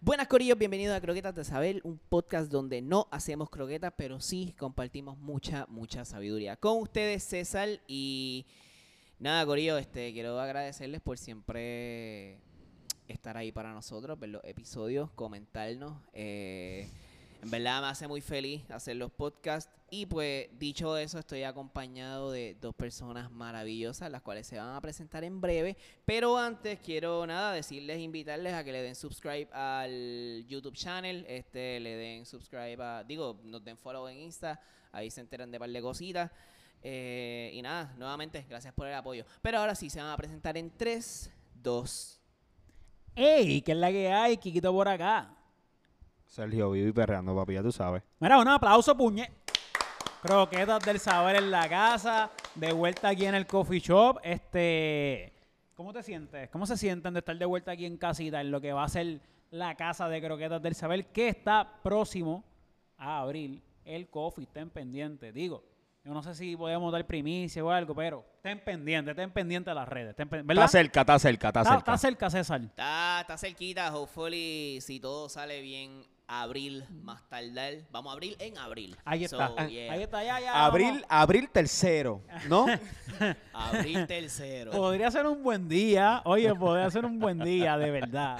Buenas Corillos, bienvenidos a Croquetas de Isabel, un podcast donde no hacemos croquetas, pero sí compartimos mucha, mucha sabiduría. Con ustedes, César, y nada, Corillo, este, quiero agradecerles por siempre estar ahí para nosotros, ver los episodios, comentarnos. eh, en verdad me hace muy feliz hacer los podcasts. Y pues, dicho eso, estoy acompañado de dos personas maravillosas, las cuales se van a presentar en breve. Pero antes quiero nada decirles, invitarles a que le den subscribe al YouTube channel, este, le den subscribe a, digo, nos den follow en Insta, ahí se enteran de par de cositas. Eh, y nada, nuevamente, gracias por el apoyo. Pero ahora sí, se van a presentar en 3, 2, ¡Ey! ¿Qué es la que hay? Kikito por acá. Sergio, vivo y perreando, papi, ya tú sabes. Mira, un aplauso, puñe. Croquetas del saber en la casa. De vuelta aquí en el coffee shop. Este. ¿Cómo te sientes? ¿Cómo se sienten de estar de vuelta aquí en casita en lo que va a ser la casa de croquetas del saber que está próximo a abrir el coffee? Estén pendientes. Digo, yo no sé si podemos dar primicia o algo, pero estén pendientes, estén pendientes a las redes. Estén pen- ¿Verdad? Está cerca, está cerca, está Está- cerca. está cerca, César. Está, está cerquita, hopefully, si todo sale bien, abril más tardar. Vamos a abrir en abril. Ahí So, está. ah, yeah, Ahí está, ya, ya. Abril, abril tercero, ¿no? Abril tercero. Podría ser un buen día. Oye, podría ser un buen día, de verdad.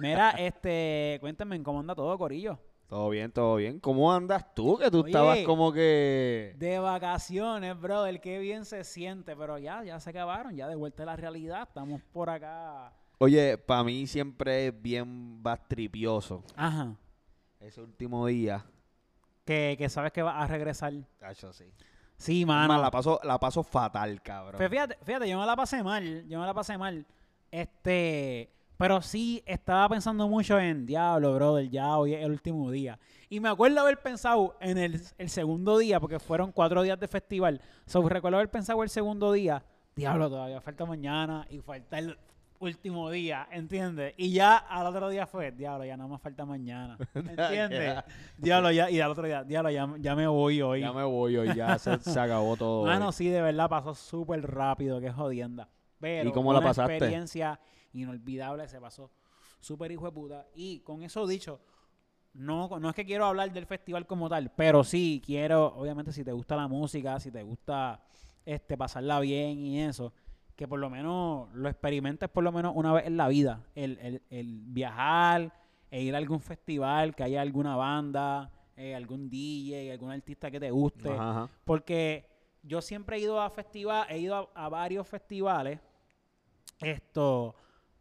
Mira, este, cuéntame cómo anda todo, Corillo. todo bien, todo bien. ¿Cómo andas tú? Que tú Oye. estabas como que... De vacaciones, brother, qué bien se siente, pero ya, ya se acabaron, ya de vuelta a la realidad, estamos por acá. Oye, para mí siempre es bien bastripioso. Ajá. Ese último día. Que, que sabes que vas a regresar. Cacho, sí. Sí, Es mano. más, la paso, la paso fatal, cabrón. Pues fíjate, fíjate, yo me la pasé mal, yo me la pasé mal. Este, pero sí estaba pensando mucho en diablo, brother, ya hoy es el último día. Y me acuerdo haber pensado en el, el segundo día, porque fueron cuatro días de festival. So, recuerdo haber pensado el segundo día, diablo, todavía falta mañana y falta el último día, ¿entiendes? Y ya al otro día fue, diablo, ya nada más falta mañana, ¿entiendes? diablo, ya, y al otro día, diablo, ya, ya me voy hoy. Ya me voy hoy, ya se, se acabó todo. Mano, hoy. sí, de verdad pasó súper rápido, qué jodienda. Pero ¿Y cómo la una pasaste? experiencia inolvidable se pasó. Súper hijo de puta. Y con eso dicho, no, no es que quiero hablar del festival como tal, pero sí quiero, obviamente, si te gusta la música, si te gusta este pasarla bien y eso, que por lo menos lo experimentes por lo menos una vez en la vida. El, el- el viajar e ir a algún festival, que haya alguna banda, eh, algún DJ, algún artista que te guste. Ajá, ajá. Porque yo siempre he ido a festivales, he ido a, a varios festivales, esto,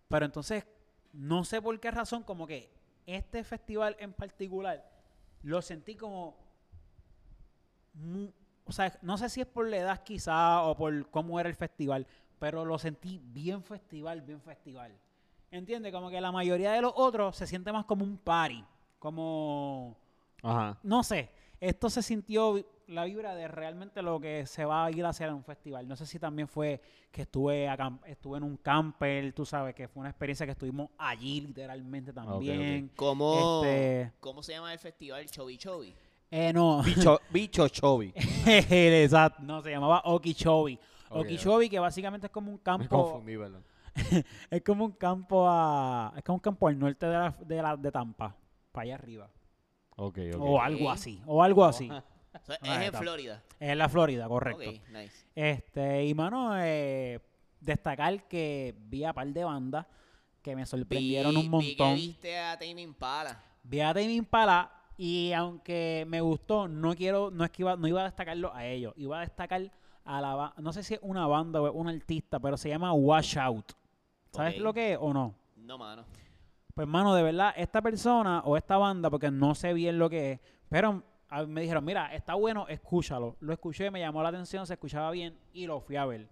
pero entonces no sé por qué razón, como que este festival en particular lo sentí como, mu- o sea, no sé si es por la edad quizá o por cómo era el festival, pero lo sentí bien festival, bien festival. ¿Entiendes? Como que la mayoría de los otros se siente más como un party, como Ajá. no sé, esto se sintió vi- la vibra de realmente lo que se va a ir a hacer en un festival. No sé si también fue que estuve acam- estuve en un camper, tú sabes, que fue una experiencia que estuvimos allí literalmente Ah, también. ¿Cómo, Este- ¿Cómo se llama el festival? Chobi Chobi. Eh, no, Bicho, bicho chovi. exacto, no, se llamaba Okeechobee. Ok, ok. Okeechobee, que básicamente es como un Me campo, confundí, perdón. es como un campo a, es como un campo al norte de, la, de, la- de Tampa, para allá arriba, Ok, o ok. Oh. algo así, o algo así. O sea, Ah, es en está. Florida. En la Florida, correcto. Ok, nice. Este, y mano, eh, destacar que vi a par de bandas que me sorprendieron Vi- un vi que montón. Vi, viste a Tame Impala. a Tame Impala y aunque me gustó, no quiero, no es que iba, no iba a destacarlo a ellos, iba a destacar a la ba- no sé si es una banda o es un artista, pero se llama Wash Out. ¿Sabes Ok. lo que es o no? No, mano. Pues, mano, de verdad, esta persona o esta banda, porque no sé bien lo que es, pero a mí me dijeron, mira, está bueno, escúchalo. Lo escuché, me llamó la atención, se escuchaba bien y lo fui a ver.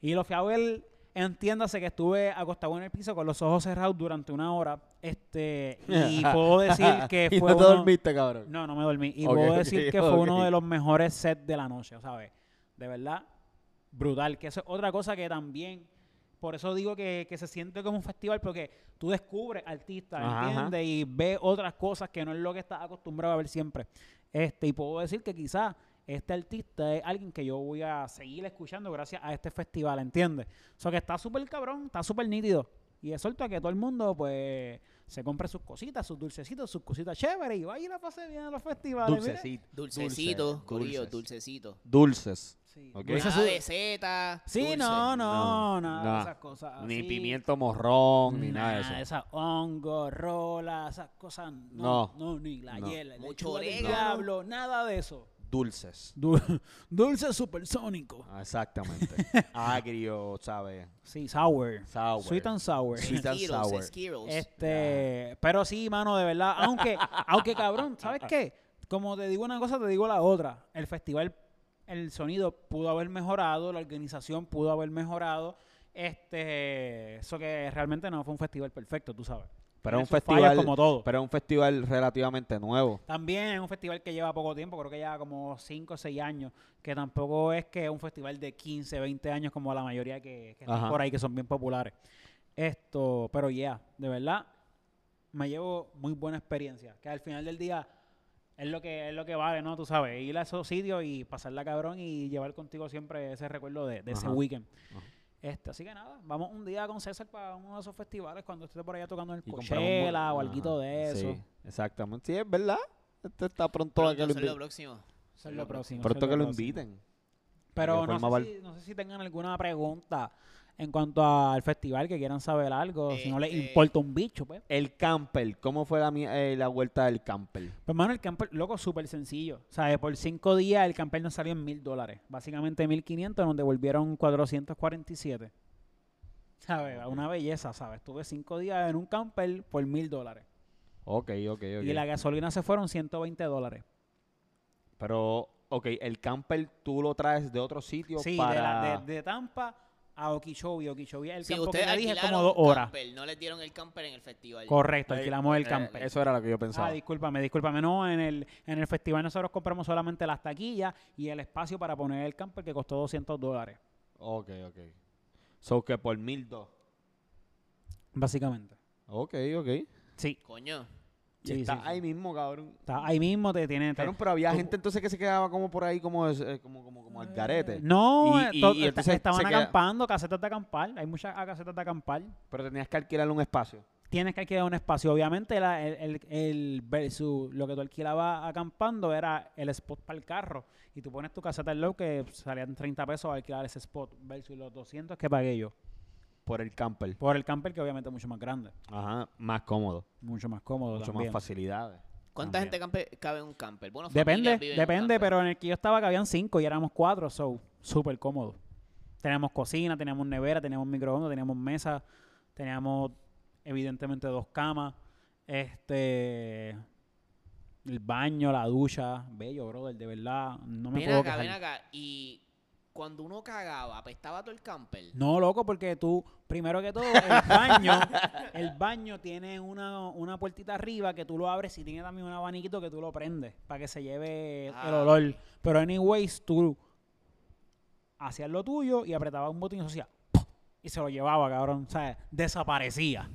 Y lo fui a ver, entiéndase que estuve acostado en el piso con los ojos cerrados durante una hora. Este, y puedo decir que y fue no te uno- dormiste, cabrón. no, no me dormí. Y Ok, puedo decir ok, que fue uno ok. de los mejores sets de la noche, ¿sabes? De verdad, brutal. Que eso es otra cosa que también, por eso digo que, que se siente como un festival, porque tú descubres artistas, Ajá, ajá. ¿entiendes? Y ves otras cosas que no es lo que estás acostumbrado a ver siempre. Este, y puedo decir que quizás este artista es alguien que yo voy a seguir escuchando gracias a este festival, ¿entiendes? O sea, que está súper cabrón, está súper nítido. Y es suelto a que todo el mundo, pues, se compre sus cositas, sus dulcecitos, sus cositas chéveres y vaya y la pase bien a los festivales. mire. Dulcecito. Dulcecito, Dulce, Corillo, dulces. dulcecito. Dulces. Sí. Ok. Dulce Nada su- de seta, Sí, dulce. no, no, No, nada de no. esas cosas. Ni así. pimiento morrón, Mm, ni nada de eso. Esas hongos, rolas, esas cosas. No, No. no, ni la No. hiela. Mucho lechuga del orégano. diablo, nada de eso. Dulces. Dulce supersónico. Ah, Exactamente. Agrio, ¿sabes? Sí, sour. Sour. Sweet and sour. Sí. Sweet and Skittles, sour. Skittles. Este, pero sí, mano, de verdad. Aunque, aunque cabrón, ¿sabes qué? Como te digo una cosa, te digo la otra. El festival, el sonido pudo haber mejorado, la organización pudo haber mejorado. Este, eso que realmente no fue un festival perfecto, tú sabes. Pero Tiene es un sus fallas festival, como todo. pero es un festival relativamente nuevo. También es un festival que lleva poco tiempo, creo que lleva como 5 o 6 años, que tampoco es que es un festival de 15, 20 años como la mayoría que, que están Ajá. por ahí, que son bien populares. Esto, pero ya, de verdad, me llevo muy buena experiencia, que al final del día es lo que es lo que vale, ¿no? Tú sabes, ir a esos sitios y pasarla cabrón y llevar contigo siempre ese recuerdo de, de ese Ajá. weekend. Ajá. Este, así que nada, vamos un día con César para uno de esos festivales cuando esté por allá tocando en el Y compramos un bol- Coachella o algo Ajá, de eso. Sí, exactamente. Sí, es verdad. Este está pronto, Pronto, a que lo eso es lo inviten. próximo. Eso es lo próximo. eso Pronto es que lo lo próximo. inviten. Pero De no forma sé, val- si, no sé si tengan alguna pregunta en cuanto al festival, que quieran saber algo, si no les Este- importa un bicho, pues. El camper. ¿Cómo fue la, mi- eh, la vuelta del camper? Pues, mano, el camper, loco, súper sencillo. O sea, por cinco días el camper nos salió en mil dólares. Básicamente mil quinientos, nos devolvieron 447. ¿Sabes? Una belleza, ¿sabes? Estuve cinco días en un camper por mil dólares. Ok, ok, ok. Y la gasolina se fueron 120 dólares. Pero, ok, el camper tú lo traes de otro sitio Sí, de, para... la- de- de Tampa a Okeechobee. Okeechobee es el Si campo que ustedes ya dije, es como alquilaron dos horas. camper, no les dieron el camper en el festival. Correcto, Eh, alquilamos el eh, camper. eso era lo que yo pensaba. Ah, discúlpame, discúlpame. No, en el, en el festival nosotros compramos solamente las taquillas y el espacio para poner el camper que costó 200 dólares, ok, ok. So que por mil dos. básicamente. Ok, ok. Sí. Coño. Y Sí, está sí, sí. ahí mismo, cabrón. Está ahí mismo te tienen... Cabrón, pero había gente entonces que se quedaba como por ahí, como, eh, como, como, como al garete. No, Y- y- esto- y esta- entonces estaban se queda- acampando, casetas de acampar. Hay muchas ah, casetas de acampar. Pero tenías que alquilar un espacio. Tienes que alquilar un espacio. Obviamente, la- el, el, el versus lo que tú alquilabas acampando era el spot para el carro. Y tú pones tu caseta en low que salían 30 pesos a alquilar ese spot versus los 200 que pagué yo. Por el camper. Por el camper que obviamente es mucho más grande. Ajá, más cómodo. Mucho más cómodo. Mucho también. más facilidades. ¿Cuánta También. gente campe- cabe en un camper? Bueno, Depende, familias viven en un depende, camper. pero en el que yo estaba que habían cinco y éramos cuatro, so súper cómodo. Teníamos cocina, teníamos nevera, teníamos microondas, teníamos mesa, teníamos evidentemente dos camas, este el baño, la ducha, bello, brother, de verdad, no me Ven puedo acá, ven quejar. acá. Y cuando uno cagaba, apestaba todo el camper. No, loco, porque tú, primero que todo, el baño, el baño tiene una, una puertita arriba que tú lo abres y tiene también un abaniquito que tú lo prendes para que se lleve el- el Ah, olor. Pero anyways, tú hacías lo tuyo y apretabas un botón y eso hacía ¡pop! y se lo llevaba, cabrón. O sea, desaparecía.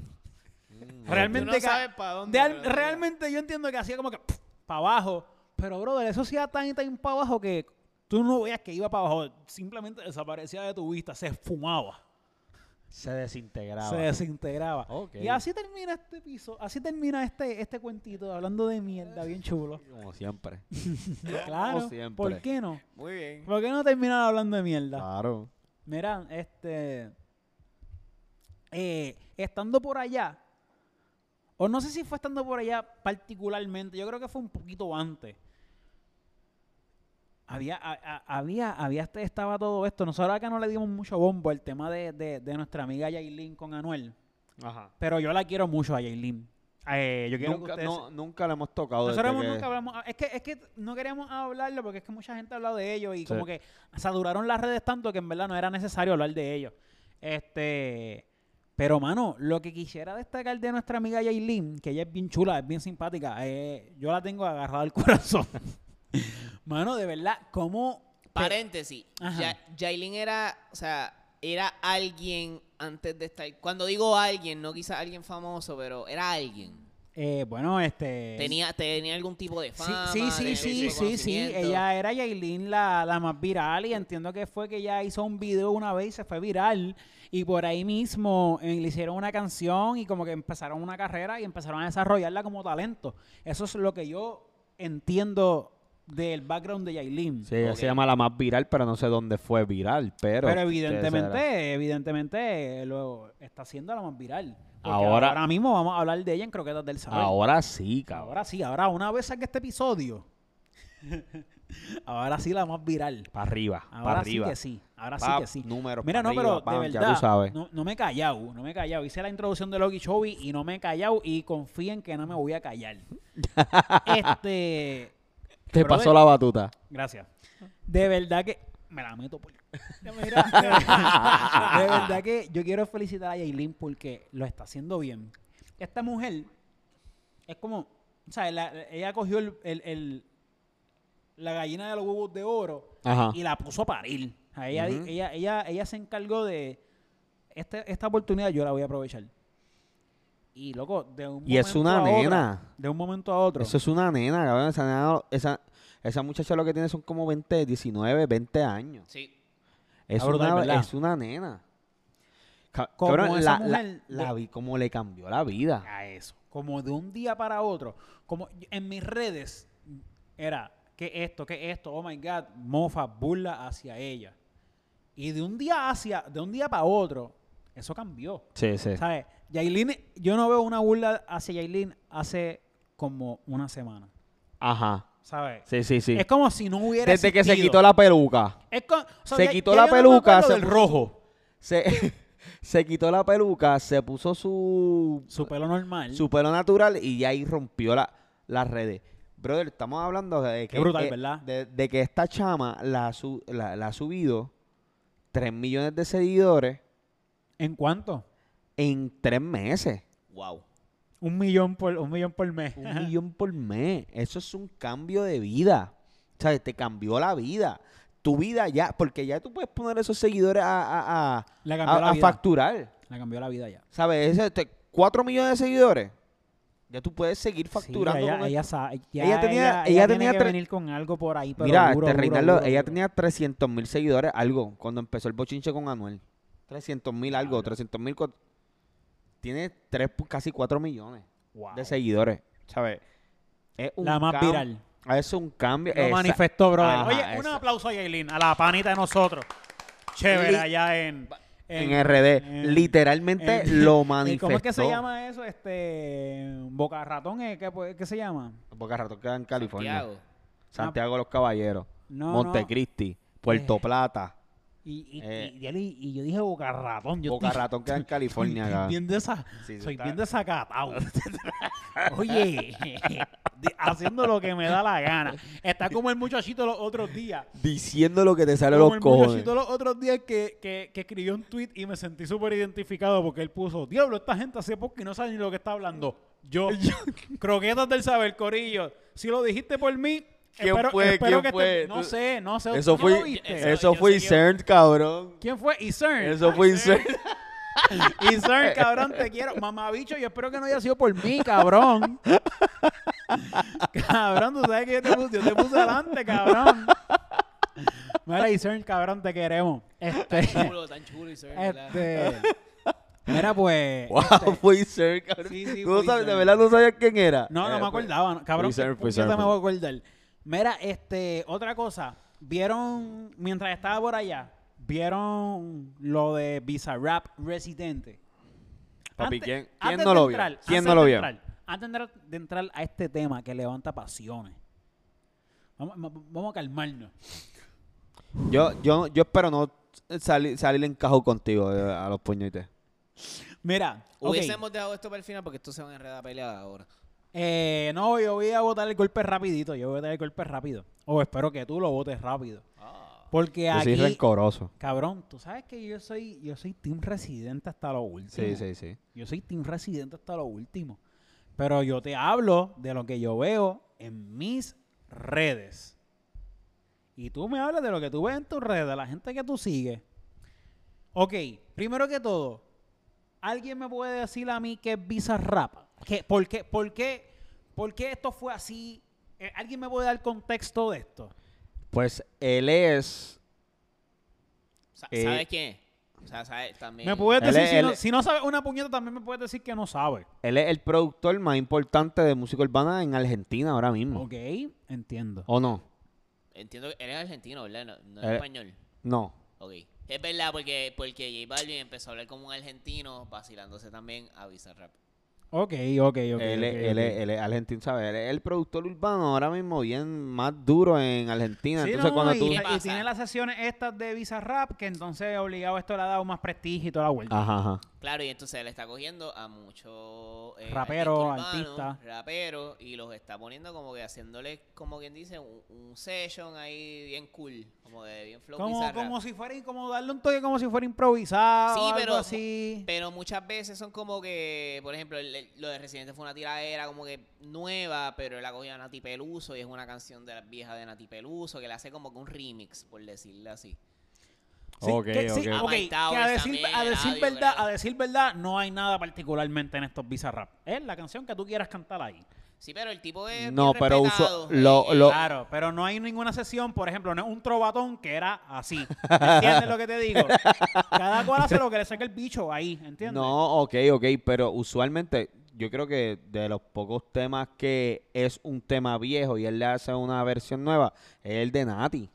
Tú Realmente, no ca- sabes para dónde. de- pero- realmente yo entiendo que hacía como que para abajo. Pero, brother, eso hacía tan y tan para abajo que tú no veías que iba para abajo. Simplemente desaparecía de tu vista, se esfumaba. Se desintegraba. Se desintegraba. Ok. Y así termina este piso, así termina este, este cuentito hablando de mierda, bien chulo. Como siempre. Claro. Como siempre. ¿Por qué no? Muy bien. ¿Por qué no terminar hablando de mierda? Claro. Mira, este. eh, estando por allá, o no sé si fue estando por allá particularmente, yo creo que fue un poquito antes. Había, a- a- había, había, este- estaba todo esto. Nosotros acá no le dimos mucho bombo al tema de, de- de nuestra amiga Yailin con Anuel. Ajá. Pero yo la quiero mucho a Yailin. Eh, yo quiero que Nunca, ustedes- no, nunca lo hemos tocado. Nosotros desde hemos- que- nunca hablamos. ah, Es que, es que no queríamos hablarlo porque es que mucha gente ha hablado de ellos y Sí. como que saturaron las redes tanto que en verdad no era necesario hablar de ellos. Este. Pero, mano, lo que quisiera destacar de nuestra amiga Yailin, que ella es bien chula, es bien simpática, eh, yo la tengo agarrada al corazón. mano, de verdad, ¿cómo. te- Paréntesis. Ajá. Ya- Yailin era, o sea, era alguien antes de estar. Cuando digo alguien, no quizás alguien famoso, pero era alguien. Eh, bueno, este... ¿Tenía, tenía algún tipo de Sí, fama. sí, sí, tenía sí, algún tipo de sí, sí. conocimiento? Ella era Yailin la, la más viral y entiendo que fue que ella hizo un video una vez y se fue viral y por ahí mismo eh, le hicieron una canción y como que empezaron una carrera y empezaron a desarrollarla como talento. Eso es lo que yo entiendo del background de Yailin. Sí, ella Ok. se llama la más viral, pero no sé dónde fue viral, Pero, pero... esa era. evidentemente, evidentemente lo está haciendo la más viral. Porque Ahora- ahora mismo vamos a hablar de ella en Croquetas del Saber. Ahora sí, cabrón. Ahora sí, ahora una vez saque este episodio, ahora sí la más viral. Para arriba, para Ahora sí arriba. que sí, ahora sí Pap, que sí. números Mira, pa' no, pero arriba, pam, de Ya verdad, tú sabes. No, no me he callado, no me he callado. Hice la introducción de Loki Chovy y no me he callado y confíen que no me voy a callar. este, Te brother. pasó la batuta. gracias. De verdad que me la meto por... Mira, de verdad- de verdad que yo quiero felicitar a Yailin porque lo está haciendo bien. Esta mujer es como, o sea, la- ella cogió el- el- el- la gallina de los huevos de oro Ajá. y la puso a parir. A ella, di- Ah. Ujú. ella, ella, ella se encargó de este- esta oportunidad, yo la voy a aprovechar. Y loco, de un Y es momento una a otro- nena. de un momento a otro. Eso es una nena, cabrón. Esa, nena- esa, esa muchacha lo que tiene son como 20, 19, 20 años. Sí. Es, Está brutal, una, ¿verdad? es una nena. Ca- Como cabrón, esa la, la- mujer la de- vi, cómo le cambió la vida. a eso. Como de un día para otro. Como yo- en mis redes era que esto, que esto, oh my god, mofa, burla hacia ella. Y de un día hacia, de un día para otro, eso cambió. Sí, sí. ¿Sabes? Yailin, yo no veo una burla hacia Yailin hace como una semana. Ajá. ¿Sabes? Sí, sí, sí. Es como si no hubiera Desde que se quitó la peluca. se quitó la peluca, se el puso- rojo. Se, se quitó la peluca, se puso su, Su pelo normal. su pelo natural y ya ahí rompió la, las redes. Brother, estamos hablando de que, Qué brutal, eh, ¿verdad? de, de que esta chama la, ha su- la, la ha subido 3 millones de seguidores ¿En cuánto? en 3 meses. Wow. Un millón por, un millón por mes. Un millón por mes. Eso es un cambio de vida. O sea, te cambió la vida. Tu vida ya, porque ya tú puedes poner esos seguidores a, a- a- La cambió a- la a vida. facturar. La cambió la vida ya. ¿Sabes? Ese, te- cuatro millones de seguidores. Ya tú puedes seguir Sí, facturando. ella, con ella, esto. sa- ya Ella tenía- ella- ella ella tiene tenía que tres- venir con algo por ahí, pero Mira, duro, este duro, Reinaldo, duro, ella duro. tenía 300 mil seguidores, algo, cuando empezó el bochinche con Anuel. 300 mil algo, Diablo. 300 mil. cua- Tiene tres, pu- casi 4 millones Wow. de seguidores. ¿Sabes? Es un la más cam- viral. Es un cambio. Lo esa- manifestó, brother. Ajá, Oye, un esa. aplauso a Yailin, a la panita de nosotros. Chévere, Li- allá en... en, RD. en- literalmente en- lo ¿Y manifestó. ¿Cómo es que se llama eso? Este... Boca ratón, ¿eh? ¿Qué, pues, qué se llama? Boca Ratón queda en California. Santiago, Santiago. de los Caballeros. Ah, No, Eh, no. Montecristi. Puerto Plata. Y, y, Eh. y- y- y yo dije boca ratón. Yo Boca estoy- Ratón queda en California. estoy cabrón. bien desa- Sí, sí, soy está- bien desacatado. Oye, de- haciendo lo que me da la gana. Está como el muchachito los otros días. Diciendo lo que te sale Como los el cojones. muchachito los otros días que, que, que escribió un tweet y me sentí súper identificado porque él puso, diablo, esta gente hace poco y no sabe ni lo que está hablando. Yo, croquetas del saber, Corillo. Si lo dijiste por mí, ¿Quién espero, fue? espero ¿Quién que te- fue? no Tú- sé, no sé. Eso ¿tú no lo fue, viste? Eso- eso yo fue sé quién- Incern, cabrón. ¿Quién fue? Isern. Eso fue Incern. Isern, cabrón, te quiero. Mamabicho, yo espero que no haya sido por mí, cabrón. cabrón, tú sabes que yo te puse, yo te puse adelante, cabrón. Mira, Isern, cabrón, te queremos. Este, Tan chulo, tan chulo. Y ser, ¿verdad? este. Mira, pues. Wow, fue Incern, cabrón. Sí, sí, Tú no fue sabes, de Incern. verdad no sabías quién era. No, no Eh, me pues, acordaba, no. cabrón. Freezer, que- Freezer, puñeta me Freezer. voy a acordar. Mira, este, otra cosa. Vieron, mientras estaba por allá, vieron lo de Bizarrap Residente. Papi, Antes- ¿quién- antes quién de no lo vio? entrar, ¿Quién antes no lo de vio? entrar, antes de entrar- de entrar a este tema que levanta pasiones. Vamos, va- vamos a calmarnos. Yo, yo, yo espero no salir, salir en cajo contigo eh, a los puñetes. Mira, ok. Hubiésemos dejado esto para el final porque esto se va a enredar peleada ahora. Eh, no, yo voy a votar el golpe rapidito. Yo voy a dar el golpe rápido. O espero que tú lo votes rápido. Ah, Porque Yo soy aquí... rencoroso. Cabrón, tú sabes que yo soy, yo soy team residente hasta lo último. Sí, sí, sí. Yo soy team residente hasta lo último. Pero yo te hablo de lo que yo veo en mis redes. Y tú me hablas de lo que tú ves en tus redes, de la gente que tú sigues. Ok, primero que todo, ¿alguien me puede decir a mí que es Bizarrap? ¿Qué- por, qué, por, qué, por qué esto fue así? Eh, ¿Alguien me puede dar contexto de esto? Pues él es. Sa- Eh, ¿Sabes quién es? O sea, ¿sabes? También. Me puedes Él decir, es- si, él no, es- si no sabes una puñeta, también me puedes decir que no sabes. Él es el productor más importante de música urbana en Argentina ahora mismo. Ok, entiendo. ¿O no? Entiendo que eres argentino, ¿verdad? No, no Eh. es español. No. Ok. Es verdad, porque, porque J Balvin empezó a hablar como un argentino, vacilándose también a Bizarrap. Ok, ok, ok. él, es- ok, él es- ok. él es argentino, ¿sabes? Él es el productor urbano ahora mismo bien más duro en Argentina. Sí, Entonces, no, cuando y, tú... y pasa? tiene las sesiones estas de Bizarrap, que entonces obligado esto le ha dado más prestigio y toda la vuelta. Ajá, ajá. Claro, y entonces él está cogiendo a muchos eh, Rapero, artistas urbanos, artista. raperos, y los está poniendo como que haciéndole, como quien dice, un, un session ahí bien cool, como de bien flow como, bizarra. como si fuera, como darle un toque como si fuera improvisado. Sí, algo pero- así. Pero muchas veces son como que, por ejemplo, el- el- lo de Residente fue una tiradera como que nueva, pero él ha cogido a Nati Peluso y es una canción de las viejas de Nati Peluso que le hace como que un remix, por decirlo así. Sí, Ok, que, sí, ok. ok, Mike que a Towers decir, también, a decir Eladio, verdad, creo. a decir verdad, no hay nada particularmente en estos Bizarrap. Es la canción que tú quieras cantar ahí. Sí, pero el tipo es No, bien pero respetado, uso- lo- eh, lo- Claro, pero no hay ninguna sesión, por ejemplo, no es un trovatón que era así. ¿Entiendes lo que te digo? Cada cual hace lo que le saca el bicho ahí, ¿entiendes? No, ok, ok, pero usualmente yo creo que de los pocos temas que es un tema viejo y él le hace una versión nueva, es el de Nati.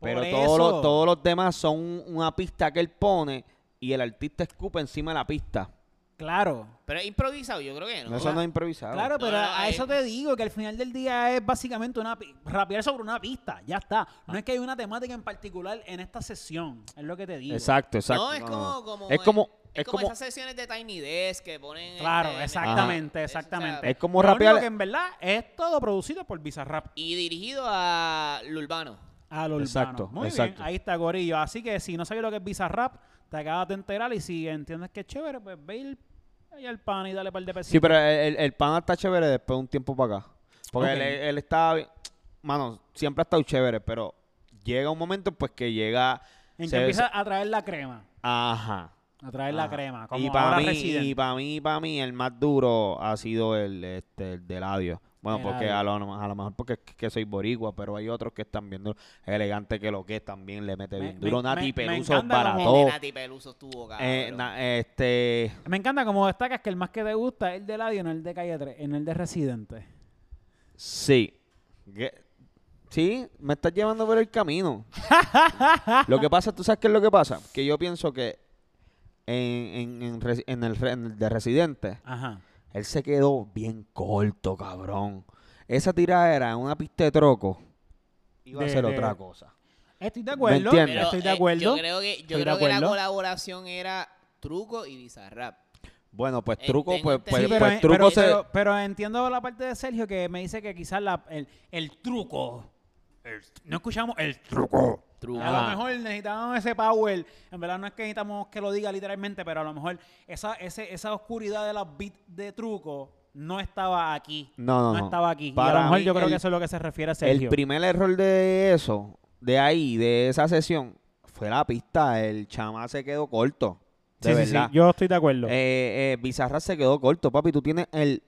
Por Pero todos eso. los, todos los temas son una pista que él pone y el artista escupa encima de la pista. Claro. Pero es improvisado, yo creo que no. Eso no es improvisado. Claro, No, pero no, a eh. eso te digo que al final del día es básicamente una pi- rapear sobre una pista, ya está. No es que hay una temática en particular en esta sesión, es lo que te digo. Exacto, exacto. No, es No, como, no. como, es como, es es como como, esas sesiones de Tiny Desk que ponen. Claro, este, exactamente, Ajá. exactamente. O sea, Es como Lo único rapear- que en verdad es todo producido por Bizarrap. y dirigido a Lurbano. A lo Exacto, urbano. Muy exacto. bien, ahí está Gorillo. Así que si no sabes lo que es Bizarrap, te acabas de enterar y si entiendes que es chévere, pues ve y el- ahí al pan y dale un par de pesitos. Sí, pero el, el, el pana está chévere después de un tiempo para acá. Porque Ok. él, él está, bien- mano, siempre ha estado chévere, pero llega un momento pues que llega... en se- que empieza a traer la crema. Ajá. A traer la Ajá. crema. Como Y ahora para mí, Resident. y para mí, para mí, el más duro ha sido el, este, el de labio. Bueno, El porque labio. a lo, a lo mejor porque es que soy boricua, pero hay otros que están bien duros. Elegante que lo que es también le mete Me- bien me- duro. Nati me- me Peluso es encanta como- El barato. de Nati Peluso estuvo, cabrón. Oh. Eh, na- este, Me encanta como destacas que el más que te gusta es el de Ladio, no el de Calle 3, en el de Residente. sí. Ge- Sí, me estás llevando por el camino. lo que pasa, ¿tú sabes qué es lo que pasa? Que yo pienso que en, en- en Resi- en el, re- en el de Residente, Ajá. Él se quedó bien corto, cabrón. Esa tirada era una pista de troco. Iba a De- ser de- otra cosa. Estoy de acuerdo. entiendes? Pero, Estoy de eh, acuerdo. yo creo que, yo de creo que la acuerdo. colaboración era Truco y Bizarrap. Bueno, pues Eh, truco, tengo pues, pues, Sí, entendido. pues, pero, en- truco pero- se. pero- pero entiendo la parte de Sergio que me dice que quizás la- el, el truco. el- no escuchamos el truco. Truco. A lo Ajá. mejor necesitábamos ese power. En verdad no es que necesitamos que lo diga literalmente, pero a lo mejor esa, ese- esa oscuridad de las beats de truco no estaba aquí. No, no, no. estaba aquí. y a Para lo mejor mí, yo creo el- que eso es lo que se refiere a el Sergio. primer error de eso, de ahí, de esa sesión, fue la pista. El chamá se quedó corto. De Sí, sí, sí, verdad. Yo estoy de acuerdo. Eh, eh, Bizarra se quedó corto, papi. Tú tienes el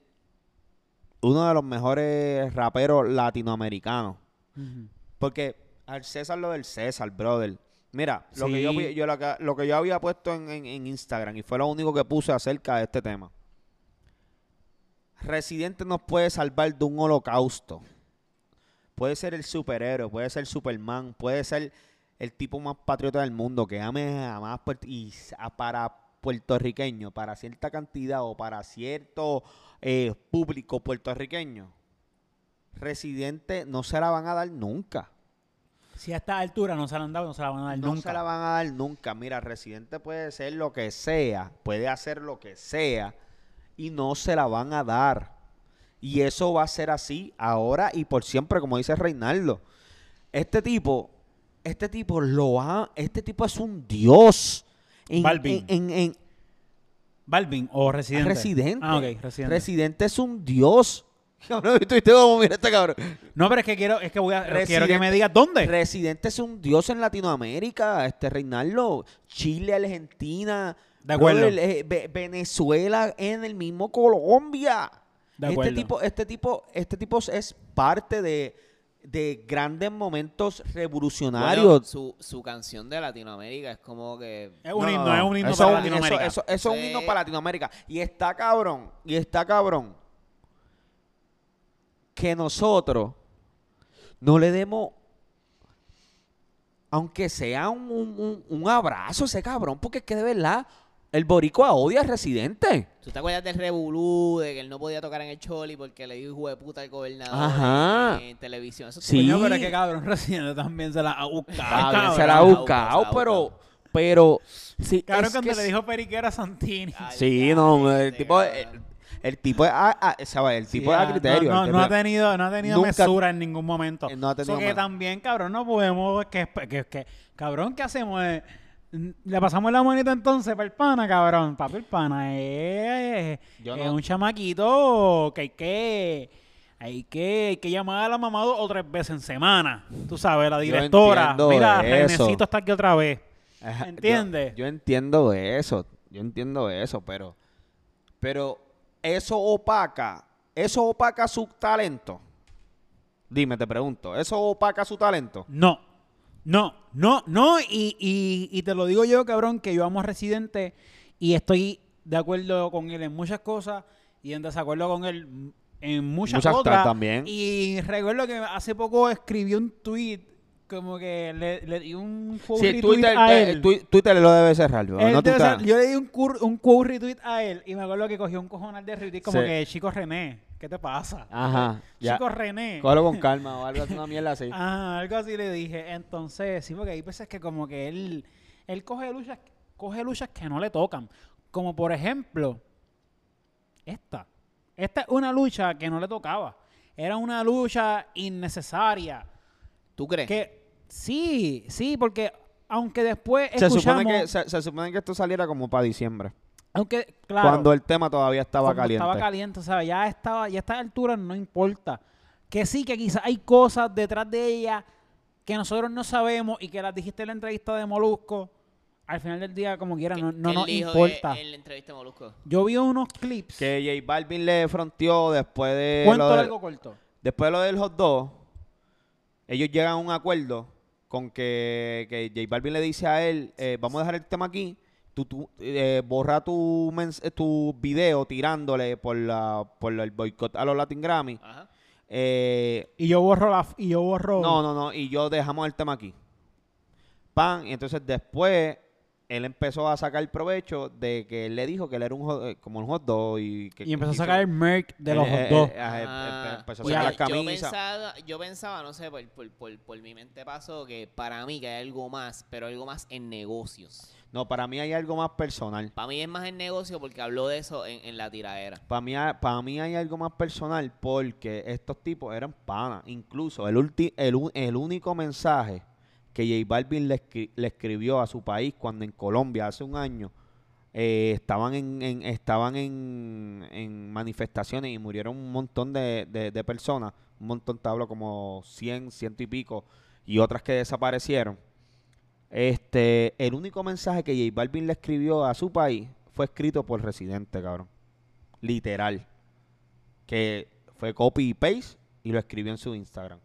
uno de los mejores raperos latinoamericanos. Ujú. Porque al César lo del César, brother. Mira, lo, que yo, Sí. pu- yo lo, que, lo que yo había puesto en, en- en Instagram y fue lo único que puse acerca de este tema. Residente nos puede salvar de un holocausto. Puede ser el superhéroe, puede ser Superman, puede ser el tipo más patriota del mundo que ame a más puert- y s- a- para puertorriqueño, para cierta cantidad o para cierto eh, público puertorriqueño. Residente no se la van a dar nunca. Si a esta altura no se la han dado, no se la van a dar No nunca. se la van a dar nunca. Mira, Residente puede ser lo que sea, puede hacer lo que sea y no se la van a dar. Y eso va a ser así ahora y por siempre, como dice Reinaldo. Este tipo, este tipo lo ha, este tipo es un dios. En, Balvin. en- en- en- Balvin o Residente. Residente. Ah, ok, Residente. Residente es como, mira este cabrón. es un dios. ¿Viste cómo mira este cabrón? no, pero es que quiero, es que voy a, quiero que Residente. me digas dónde. Residente es un dios en Latinoamérica, este Reinaldo, Chile, Argentina, De acuerdo. brother, eh, Ve- Venezuela, en el mismo Colombia. De este acuerdo. tipo, este tipo, este tipo es parte de, de grandes momentos revolucionarios. Bueno, su, su canción de Latinoamérica es como que. Es un No, no, himno, no. es un himno Eso para es un- Latinoamérica. Eso, eso- eso es un himno Sí. para Latinoamérica. Y está cabrón, y está cabrón que nosotros no le demos, aunque sea un, un- un- un abrazo a ese cabrón, porque es que de verdad el boricua odia al residente. ¿Tú te acuerdas del Revolú, de que él no podía tocar en el Choli porque le dio hijo de puta al gobernador Ajá. en, en televisión? Eso Sí. Coño, pero es que cabrón, Residente también se la ha buscado. Está bien, Ah, cabrón. se la ha se la ha buscado, buscado. pero, pero, sí, Cabrón, es cuando que le sí. dijo Periquera a Santini. Ay, Sí, ya, no, este, el tipo, eh, el, cabrón. el tipo es, a, a- ¿sabes? El Sí, tipo es ah, a criterio. No, el no, no ha tipo- tenido, no ha tenido Nunca- mesura en ningún momento. Eh, no ha tenido So que mano. también, cabrón, no podemos. Que, que, que- cabrón, ¿qué hacemos? Eh, le pasamos la manita entonces para el pana, cabrón. Papi, el pana es, Yo es no- un chamaquito que hay que. Hay que, hay que llamar a la mamá dos o tres veces en semana. Tú sabes, la Yo directora. entiendo Mira, eso. Renecito está aquí otra vez. Ajá, yo- ¿Entiendes? Yo, entiendo eso, yo entiendo eso, pero, pero eso opaca, eso opaca su talento. Dime, te pregunto, ¿eso opaca su talento? No, no, no, no. Y, y- y te lo digo yo, cabrón, que yo amo a Residente y estoy de acuerdo con él en muchas cosas y en desacuerdo con él en muchas, Muchas otras. otras también. Y recuerdo que hace poco escribió un tweet como que le, le di un quote Sí, el retweet Twitter, a el- él. el twi- Twitter lo debe cerrar, bro, Él no debe tú ser- ta- yo le di un, cur, un quote retweet a él y me acuerdo que cogió un cojonal de retweet como Sí. que, chico René, ¿qué te pasa? Ajá, ya. Chico René. Cógelo con calma o algo, haz una mierda así. Ah, algo así le dije. Entonces, sí, porque hay veces que como que él, él coge luchas, coge luchas que no le tocan. Como por ejemplo, esta. Esta es una lucha que no le tocaba. Era una lucha innecesaria. ¿Tú crees? Que sí, sí, porque aunque después se, escuchamos, supone que, se, se supone que esto saliera como para diciembre, aunque claro, cuando el tema todavía estaba como caliente. Estaba caliente, o sea, ya estaba, ya a estas alturas no importa. Que sí, que quizás hay cosas detrás de ella que nosotros no sabemos y que las dijiste en la entrevista de Molusco. Al final del día, como quiera, no, no ¿Qué nos le dijo importa. de- en la entrevista de Molusco. Yo vi unos clips. Que J Balvin le fronteó después de... Cuento lo de- algo corto. Después de lo del hot dog, ellos llegan a un acuerdo con que, que J Balvin le dice a él, eh, vamos a dejar el tema aquí, tú, tú, eh, borra tu, mens- eh, tu video tirándole por, la, por el boicot a los Latin Grammy. Ajá. Eh, Y yo borro la, y yo borro. no, no, no. Y yo dejamos el tema aquí. Pan. Y entonces después él empezó a sacar provecho de que él le dijo que él era un hot- eh, como un hot dog y que y empezó a quiso- sacar el merch de Eh, los eh, hot dogs. eh, ajá, empe- Ah, empezó a porque sacar las yo, camisas. pensaba, yo pensaba, no sé, por, por, por, por mi mente pasó que para mí que hay algo más, pero algo más en negocios. No, para mí hay algo más personal. Para mí es más en negocio porque habló de eso en, en la tiradera. Para mí, ha- pa' mí hay algo más personal porque estos tipos eran panas. Incluso el, ulti- el, u- el único mensaje que J Balvin le, escri- le escribió a su país cuando en Colombia hace un año eh, estaban, en, en- estaban en, en manifestaciones y murieron un montón de, de- de personas. Un montón, te hablo como 100, ciento y pico. Y otras que desaparecieron. Este, el único mensaje que J Balvin le escribió a su país fue escrito por Residente, cabrón literal. Que fue copy y paste y lo escribió en su Instagram.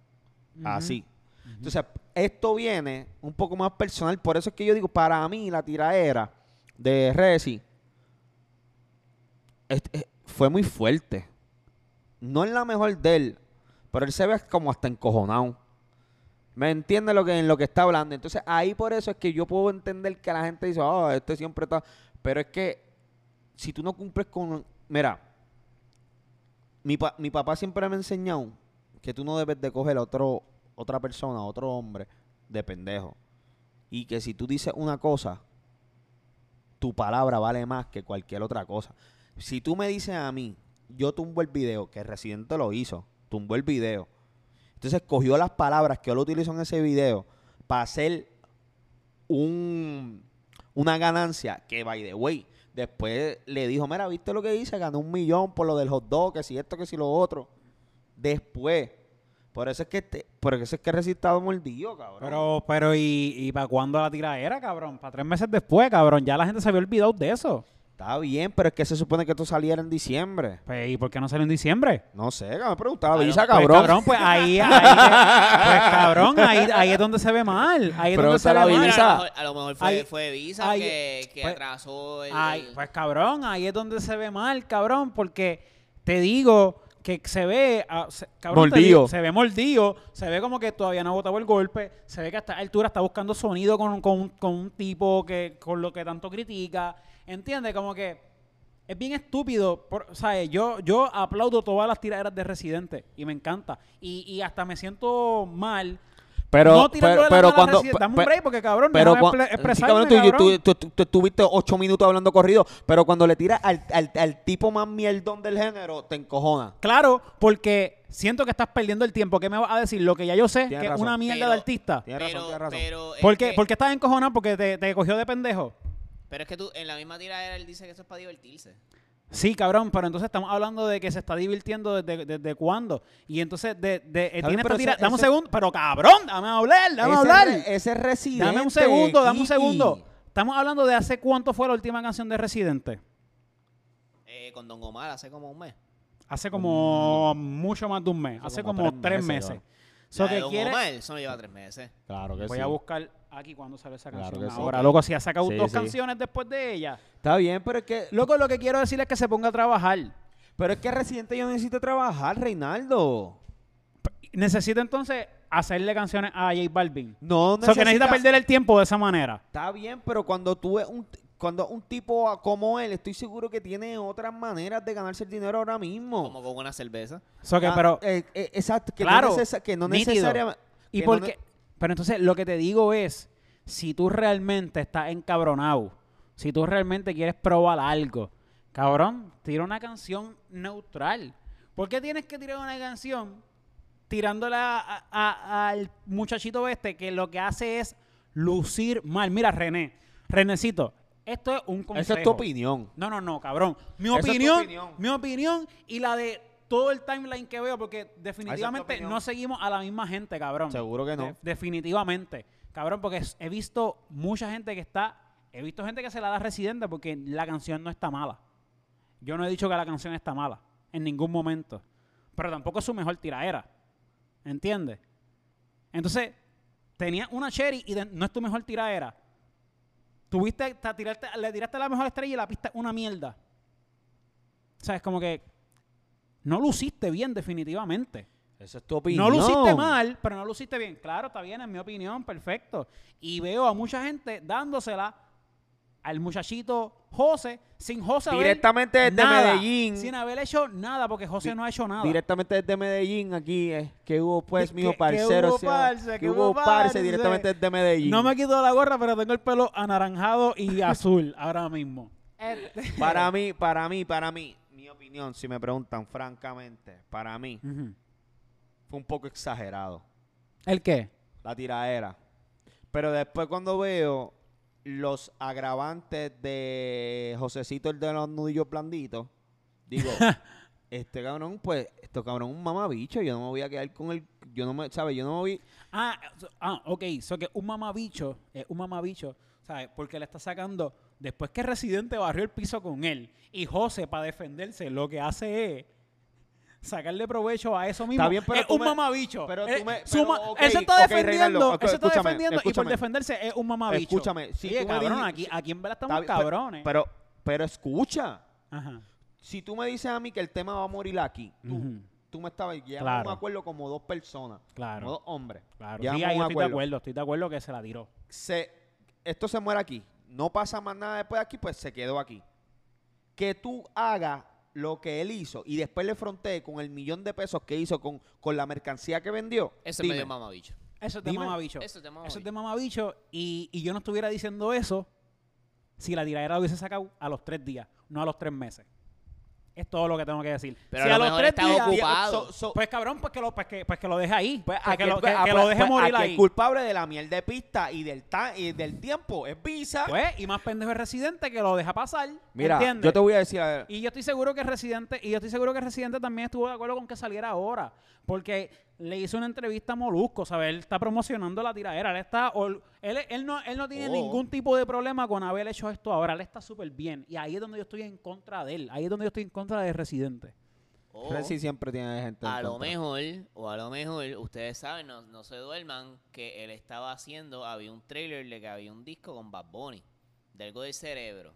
Ujú. eh, Así. Entonces, esto viene un poco más personal. Por eso es que yo digo, para mí, la tiraera de Resi este, eh, fue muy fuerte. No es la mejor de él, pero él se ve como hasta encojonado. ¿Me entiende lo que, en lo que está hablando? Entonces, ahí por eso es que yo puedo entender que la gente dice, oh, este siempre está... Pero es que si tú no cumples con... Mira, mi, pa- mi papá siempre me ha enseñado que tú no debes de coger a otro, otra persona, a otro hombre, de pendejo. Y que si tú dices una cosa, tu palabra vale más que cualquier otra cosa. Si tú me dices a mí, yo tumbo el video, que Residente lo hizo, tumbó el video. Entonces cogió las palabras que él utilizó en ese video para hacer un, una ganancia que, by the way, después le dijo, mira, ¿viste lo que hice? Ganó un millón por lo del hot dog, que si esto, que si lo otro. Después. Por eso es que, este- por eso es que Resistado mordido, cabrón. Pero, pero, ¿y, y para cuándo la tiradera, cabrón? Para tres meses después, cabrón. Ya la gente se había olvidado de eso. Está bien, pero es que se supone que esto saliera en diciembre. Pues, ¿Y por qué no salió en diciembre? No sé, que me preguntaba, Claro, Visa, Pues, cabrón. cabrón, pues ahí, ahí- pues, cabrón, ahí, ahí es donde se ve mal. Ahí es Pero donde se está ve la mal. Bueno, Visa. a, lo mejor, a lo mejor fue, Ahí- fue Visa ahí- que, que pues- atrasó el... Ay, el- pues cabrón, ahí es donde se ve mal, cabrón, porque te digo que se ve, ah, se- cabrón, te Mordido. digo, se ve mordido, se ve como que todavía no ha botado el golpe, se ve que a esta altura está buscando sonido con, con un- con un tipo que con lo que tanto critica, ¿entiendes? Como que es bien estúpido, por- ¿sabes? Yo, yo aplaudo todas las tiraderas de Residente y me encanta, y, y hasta me siento mal. Pero, no pero, tirándole la pero mano a cuando. Residente. Dame un pe- break porque, cabrón, pero déjame cuan- expre- sí, expresarme, cabrón, tú, eh, cabrón. tú- tú- tú estuviste ocho minutos hablando corrido, pero cuando le tiras al, al- al tipo más mierdón del género, te encojona. Claro, porque siento que estás perdiendo el tiempo. ¿Qué me vas a decir? Lo que ya yo sé, Tienes que es razón. una mierda Pero- de artista. Tienes razón, tienes razón. pero es ¿Por qué, que- por qué estás encojonado? Porque te, te cogió de pendejo. Pero es que tú, en la misma tira él dice que eso es para divertirse. Sí, cabrón, pero entonces estamos hablando de que se está divirtiendo desde, desde cuándo. Y entonces, de, de, eh, bien, tiene esta pero tira- ese- Dame un ese- segundo. Pero cabrón, dame a hablar, dame a Ese hablar. re- Ese es residente. Dame un segundo, dame un Kiki. segundo. Estamos hablando de hace cuánto fue la última canción de Residente. Eh, con Don Omar hace como un mes. Hace como mucho más de un mes. Hace como, tres meses. So La de que Don quiere- Omar, eso no lleva tres meses. Claro que Voy sí. a buscar aquí cuando sale esa Claro canción. que sí. Ahora, Ok. loco, si ha sacado Sí, dos sí. canciones después de ella. Está bien, pero es que. Loco, lo que quiero decir es que se ponga a trabajar. Pero es que residente yo necesito trabajar, Reinaldo. Necesita entonces hacerle canciones a J Balvin. No O sea, que necesita necesitas- perder el tiempo de esa manera. Está bien, pero cuando tú es un cuando un tipo a- como él, estoy seguro que tiene otras maneras de ganarse el dinero ahora mismo. Como con una cerveza. O sea, que, Ah, pero, eh, eh, exacto, que Claro, no, necesa- que no nítido. necesariamente. y que no porque, ne- pero entonces lo que te digo es, si tú realmente estás encabronado, si tú realmente quieres probar algo, cabrón, tira una canción neutral. ¿Por qué tienes que tirar una canción tirándola a- a- al muchachito este que lo que hace es lucir mal? Mira, René, Renecito, esto es un consejo. Esa es tu opinión. No, no, no, cabrón. Mi Esa es tu opinión, opinión. mi opinión y la de todo el timeline que veo, Ah, porque definitivamente opinión. no seguimos a la misma gente, cabrón. Seguro que no. De- definitivamente. Cabrón, porque es- he visto mucha gente que está. He visto gente que se la da residente porque la canción no está mala. Yo no he dicho que la canción está mala. En ningún momento. Pero tampoco es su mejor tiraera. ¿Entiendes? Entonces, tenías una cherry y de- no es tu mejor tiradera. Tuviste, ta- tirarte- le tiraste la mejor estrella y la pista es una mierda. O sea, es como que no luciste bien definitivamente. Esa es tu opinión. No luciste mal, pero no luciste bien. Claro, está bien, en mi opinión, perfecto. Y veo a mucha gente dándosela al muchachito José, sin José haber Directamente desde nada, Medellín. Sin haber hecho nada, porque José no ha hecho nada. Directamente desde Medellín, aquí eh, que hubo pues, ¿Qué- mijo, qué parcero. hubo, o sea, parce? que ¿Qué hubo hubo, parce parce? directamente desde Medellín. No me quito la gorra, pero tengo el pelo anaranjado y azul ahora mismo. Para mí, para mí, para mí, mi opinión, si me preguntan francamente, para mí Ujú. fue un poco exagerado ¿El qué? la tiraera. Pero después cuando veo los agravantes de Josecito el de los nudillos blanditos, digo, este cabrón, pues, este cabrón es un mamabicho, yo no me voy a quedar con él, yo no me, ¿sabes? Yo no me voy... Ah, so- ah, ok. So que un mamabicho es un mamabicho, ¿sabes? Porque le está sacando. Después que Residente barrió el piso con él y José, para defenderse, lo que hace es sacarle provecho a eso mismo. Está bien, pero es tú un me- mamabicho. pero tú Eh, me- su pero, ma- ok, él se está ok, defendiendo. Reinaldo, él se está escúchame, defendiendo y por escúchame. defenderse es un mamabicho. Escúchame, si Oye, tú me cabrón, dijiste- aquí, aquí en verdad Está estamos bien, pero- cabrones. Pero, pero escucha, Ajá. si tú me dices a mí que el tema va a morir aquí, tú, Ujú. tú me estabas llegando a Claro. un acuerdo como dos personas, Claro. como dos hombres. Claro. Sí, Llegamos ahí a un estoy de acuerdo. acuerdo. Estoy de acuerdo que se la tiró. se, esto se muere aquí, no pasa más nada después de aquí, pues se quedó aquí. Que tú hagas lo que él hizo y después le frontee con el millón de pesos que hizo con, con la mercancía que vendió. Eso es dime, medio mamabicho. Eso es de Dime. mamabicho. Eso es de Eso mamabicho. es de mamabicho. Y, y yo no estuviera diciendo eso si la tiradera lo hubiese sacado a los tres días, no a los tres meses. Es todo lo que tengo que decir. Pero si a lo mejor estaba ocupado. so- so- Pues cabrón, pues que lo, pues que, pues que lo deje ahí. pues, Pues, aquí- que lo, que, pues, que ah, lo pues, deje pues, morir aquí ahí. El culpable de la miel de pista y del, ta- y del tiempo es Visa. Pues, y más pendejo es residente que lo deja pasar. Mira, ¿entiendes? yo te voy a decir, a ver, Y yo estoy seguro que Residente, y yo estoy seguro que Residente también estuvo de acuerdo con que saliera ahora. Porque le hizo una entrevista a Molusco, ¿sabes? Él está promocionando la tiradera. Él, está, ol- él, él no, él no tiene Oh. ningún tipo de problema con haber hecho esto ahora. Él está súper bien. Y ahí es donde yo estoy en contra de él. Ahí es donde yo estoy en contra de Residente. O, Francis siempre tiene gente. en a lo contra. mejor, o a lo mejor, ustedes saben, no, no se duerman, que él estaba haciendo, había un trailer de que había un disco con Bad Bunny, de algo del cerebro.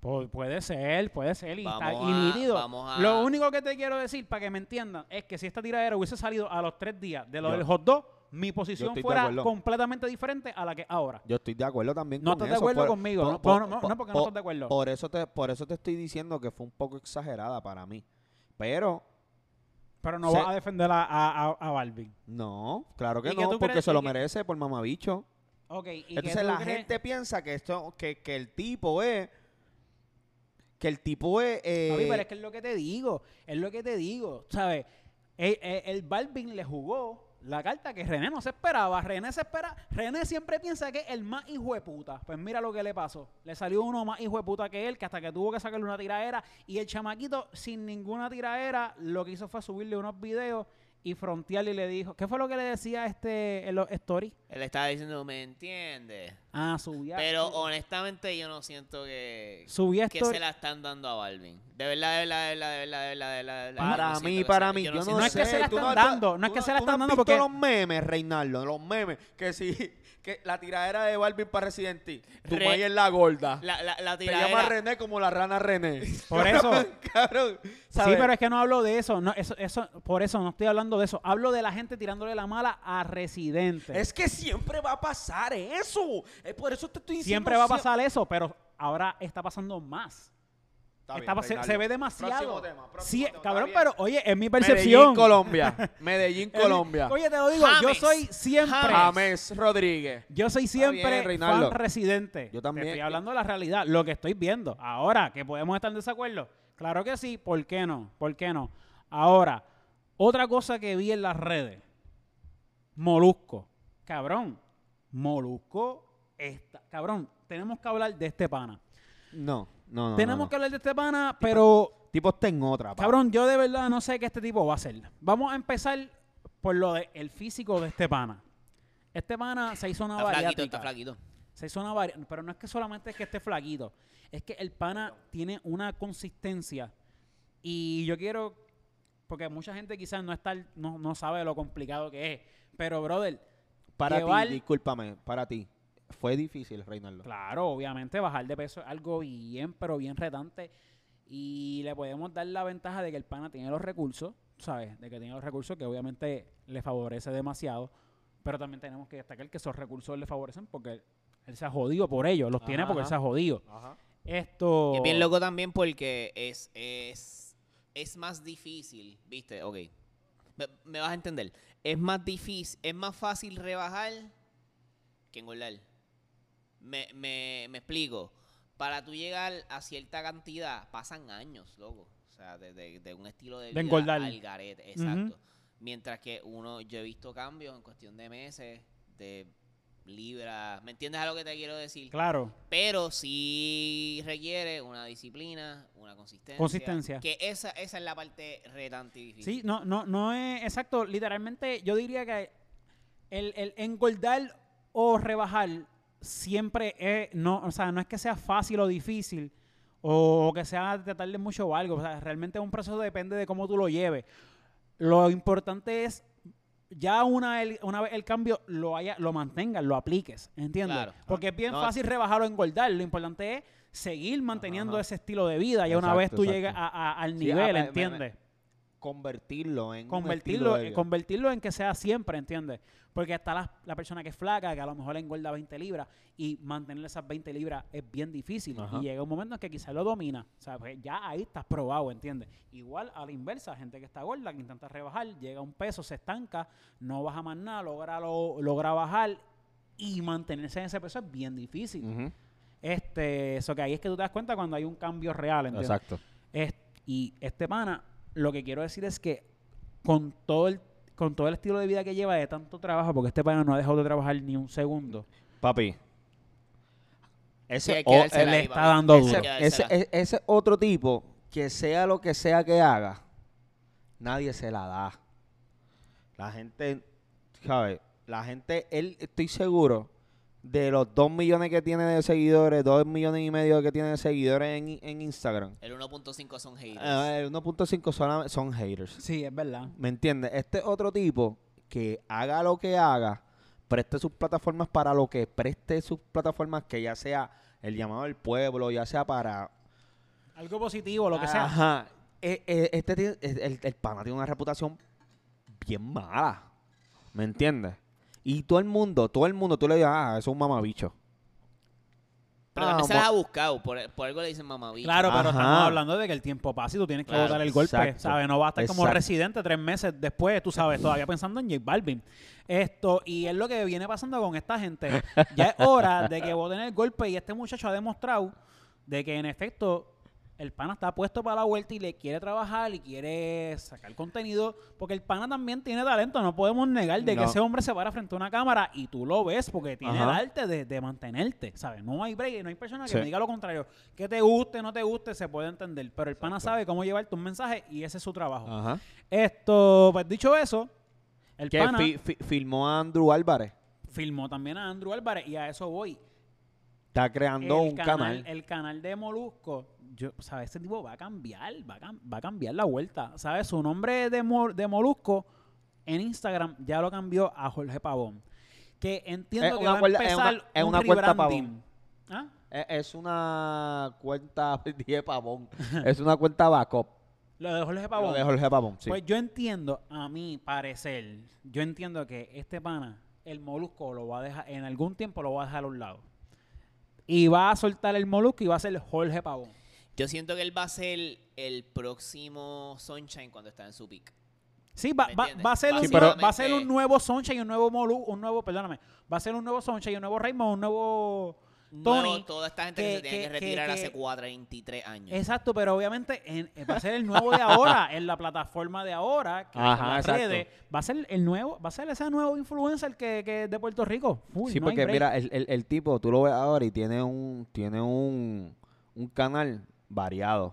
Pu- puede ser, puede ser. Y está Vamos y a- nítido. vamos a- Lo único que te quiero decir, para que me entiendan, es que si esta tiradera hubiese salido a los tres días de lo Yo- del hot dog, mi yo posición estoy de fuera acuerdo. completamente diferente a la que ahora. Yo estoy de acuerdo también No con estás de eso, acuerdo por- conmigo, por- no, por- no, no, por- no, porque no por- estás de acuerdo. Por eso, te, por eso te estoy diciendo que fue un poco exagerada para mí. Pero, Pero no Se- vas a defender a, a, a, a Balvin. no, claro ¿Y que qué no, tú porque crees- se y lo qué- merece por mamabicho. Ok, ¿y qué Entonces tú la crees? gente piensa que esto, que, que el tipo es, que el tipo es... eh, Papi, pero es que es lo que te digo, es lo que te digo, ¿sabes? El, el- el Balvin le jugó la carta que René no se esperaba, René se espera, René siempre piensa que es el más hijo de puta, pues mira lo que le pasó, le salió uno más hijo de puta que él, que hasta que tuvo que sacarle una tiraera, y el chamaquito sin ninguna tiraera, lo que hizo fue subirle unos videos y frontearle y le dijo, ¿qué fue lo que le decía este, en los stories? Él estaba diciendo, ¿me entiendes? Ah, subía. Pero honestamente yo no siento que, subía que stories. se la están dando a Balvin. De verdad, de verdad, de verdad, de verdad, de verdad, de verdad, de verdad, yo Para no siento mí, que para se- mí, yo no, siento No es sé. que se la tú están tú dando, no es tú que se la tú no están has dando visto porque- los memes, Reinaldo, los memes, que si, que la tiradera de Balvin para Resident Evil, tu Re- may es la gorda. La, la, la Te llama tiradera- René como la rana René. Por Cabrón, eso. cabrón, Sí, ¿sabes? pero es que no hablo de eso. No, eso, eso, por eso no estoy hablando de eso. Hablo de la gente tirándole la mala a Residente. Es que siempre va a pasar eso. Es por eso te estoy diciendo. Siempre va a sie- pasar eso, pero ahora está pasando más. Está bien, Está pas- se, Reinaldo. se ve demasiado. Próximo tema, próximo Sí, tema, está cabrón, bien. pero oye, es mi Medellín, percepción. Colombia. Medellín, Es mi- Colombia. Oye, te lo digo, yo James. soy siempre. James Rodríguez. Yo soy Está bien, siempre Reinaldo. fan residente. Yo también. Te estoy hablando de la realidad, lo que estoy viendo. Ahora, que podemos estar en desacuerdo. Claro que sí, ¿por qué no? ¿Por qué no? Ahora, otra cosa que vi en las redes. Molusco. Cabrón, Molusco está. Cabrón, tenemos que hablar de este pana. No, no, no. tenemos no, no. que hablar de este pana, pero Tipo está en otra. pa. Cabrón, yo de verdad no sé qué este tipo va a hacer. Vamos a empezar por lo del físico de este pana. Este pana se hizo una Está flaquito, bariátrica. está flaquito. Se hizo una variante, pero no es que solamente es que esté flaquito, es que el pana tiene una consistencia y yo quiero, porque mucha gente quizás no está, no, no sabe lo complicado que es, pero brother, Para llevar- ti, discúlpame, para ti. Fue difícil, Reinaldo. claro, obviamente bajar de peso es algo bien, pero bien retante y le podemos dar la ventaja de que el pana tiene los recursos, ¿sabes? De que tiene los recursos que obviamente le favorece demasiado, pero también tenemos que destacar que esos recursos le favorecen porque él se ha jodido por ellos, los tiene Ajá, porque él ajá. se ha jodido. Ajá. Esto. Y es bien loco también porque es, es, es más difícil, ¿viste? Ok. Me, me vas a entender. Es más difícil, es más fácil rebajar que engordar. Me, me, me explico. Para tú llegar a cierta cantidad, pasan años, loco. O sea, de, de- de un estilo de, De vida engordar. al garete, exacto. Mientras que uno, yo he visto cambios en cuestión de meses, de libras. ¿Me entiendes a lo que te quiero decir? Claro. pero sí requiere una disciplina, una consistencia. Consistencia. Que esa, esa es la parte retante y difícil. Sí, no, no, no es exacto. Literalmente, yo diría que el, el engordar o rebajar siempre es, no, o sea, no es que sea fácil o difícil o que sea de tarde mucho o algo. O sea, realmente un proceso depende de cómo tú lo lleves. Lo importante es ya una, el- una vez el cambio lo haya, lo mantengas, lo apliques, ¿entiendes? Claro. Porque es bien No, fácil rebajar o engordar. Lo importante es seguir manteniendo Ajá. ese estilo de vida ya una Exacto, vez tú exacto. llegas a- a- al Sí, nivel, ah, me- me- ¿entiendes? Convertirlo en. un estilo convertirlo, eh, de vida. convertirlo en que sea siempre, ¿entiendes? Porque está la, la persona que es flaca, que a lo mejor engorda 20 libras, y mantener esas 20 libras es bien difícil. Ajá. Y llega un momento en que quizás lo domina. O sea, pues ya ahí estás probado, ¿entiendes? Igual a la inversa, gente que está gorda, que intenta rebajar, llega a un peso, se estanca, no baja más nada, logra, lo- logra bajar, y mantenerse en ese peso es bien difícil. Ujú. Este, eso que ahí es que tú te das cuenta cuando hay un cambio real, ¿entiendes? Es- y este pana, lo que quiero decir es que con todo el con todo el estilo de vida que lleva de tanto trabajo, porque este pana no ha dejado de trabajar ni un segundo. Papi. Ese, Sí, hay que o- dársela le ahí, está papi. dando Hay duro. que ese, dársela. e- ese otro tipo, que sea lo que sea que haga, nadie se la da. La gente, ¿sabes? La gente, él, estoy seguro, de los 2 millones que tiene de seguidores, 2 millones y medio que tiene de seguidores en, en Instagram, El 1.5 son haters. ah, el 1.5 son, son haters. Sí, es verdad. ¿Me entiendes? Este otro tipo que haga lo que haga, preste sus plataformas para lo que preste sus plataformas, que ya sea el llamado del pueblo, ya sea para... Algo positivo, lo que sea. Ajá. E- e- Este tiene- el, el- el pana tiene una reputación bien mala. ¿Me entiendes? Y todo el mundo, todo el mundo, tú le dices, ah, eso es un mamabicho. pero ah, también se mo- las ha buscado. Por, por algo le dicen mamabicho. Claro, pero Ajá. estamos hablando de que el tiempo pasa y tú tienes que Claro, botar el golpe, exacto, ¿sabes? No va a estar como exacto. residente tres meses después, tú sabes, todavía pensando en J Balvin. Esto, y es lo que viene pasando con esta gente. Ya es hora de que boten el golpe y este muchacho ha demostrado de que en efecto el pana está puesto para la vuelta y le quiere trabajar y quiere sacar contenido, porque el pana también tiene talento, no podemos negar de que No. ese hombre se para frente a una cámara y tú lo ves porque tiene el Ajá. arte de, de mantenerte, ¿sabes? No hay break, no hay persona que Sí. me diga lo contrario. Que te guste, no te guste, se puede entender, pero el pana sabe cómo llevarte un mensaje y ese es su trabajo. Ajá. Esto, pues dicho eso, el Ah. Que pana fi- fi- filmó a Andrew Álvarez. filmó también a Andrew Álvarez y a eso voy. Está creando un canal. El canal de Molusco, yo, ¿sabes? Ese tipo va a cambiar, va a, cam- va a cambiar la vuelta. ¿Sabes? Su nombre de, Mo- de Molusco en Instagram ya lo cambió a Jorge Pavón. Que entiendo Es que una va cuerda- a es una- empezar es un una cuenta rebranding. ¿Ah? E- Es una cuenta de pavón. es una cuenta backup. Lo de Jorge Pavón. Lo de Jorge Pavón, sí. Pues yo entiendo, a mi parecer, yo entiendo que este pana, el molusco, lo va a dejar, en algún tiempo lo va a dejar a un lado. Y va a soltar el molusco y va a ser Jorge Pavón. Yo siento que él va a ser el próximo Sunshine cuando está en su pick. Sí, va, ¿Me va- entiendes? va a ser un, Sí, nuevo- pero- va a ser un nuevo Soncha y un nuevo Molu, un nuevo, perdóname, va a ser un nuevo Soncha y un nuevo Raymond, un nuevo Tony. Nuevo, toda esta gente que, que- se tiene que, que- que- retirar que- hace 43 años. Exacto, pero obviamente en- eh, va a ser el nuevo de ahora, en la plataforma de ahora, que Ajá, son las exacto. redes, va a ser el nuevo, va a ser ese nuevo influencer que, que es de Puerto Rico. Full, sí, no hay porque break. mira, el, el- el tipo, tú lo ves ahora y tiene un, tiene un, un canal variado.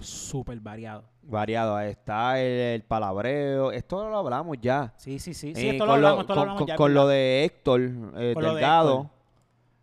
súper variado. Variado. Ahí está el, el palabreo. Esto lo hablamos ya. Sí, sí, sí. sí Eh, esto lo con lo- hablamos, esto lo con- hablamos con- ya, con lo ¿verdad? de Héctor eh, Con lo de Delgado. Héctor.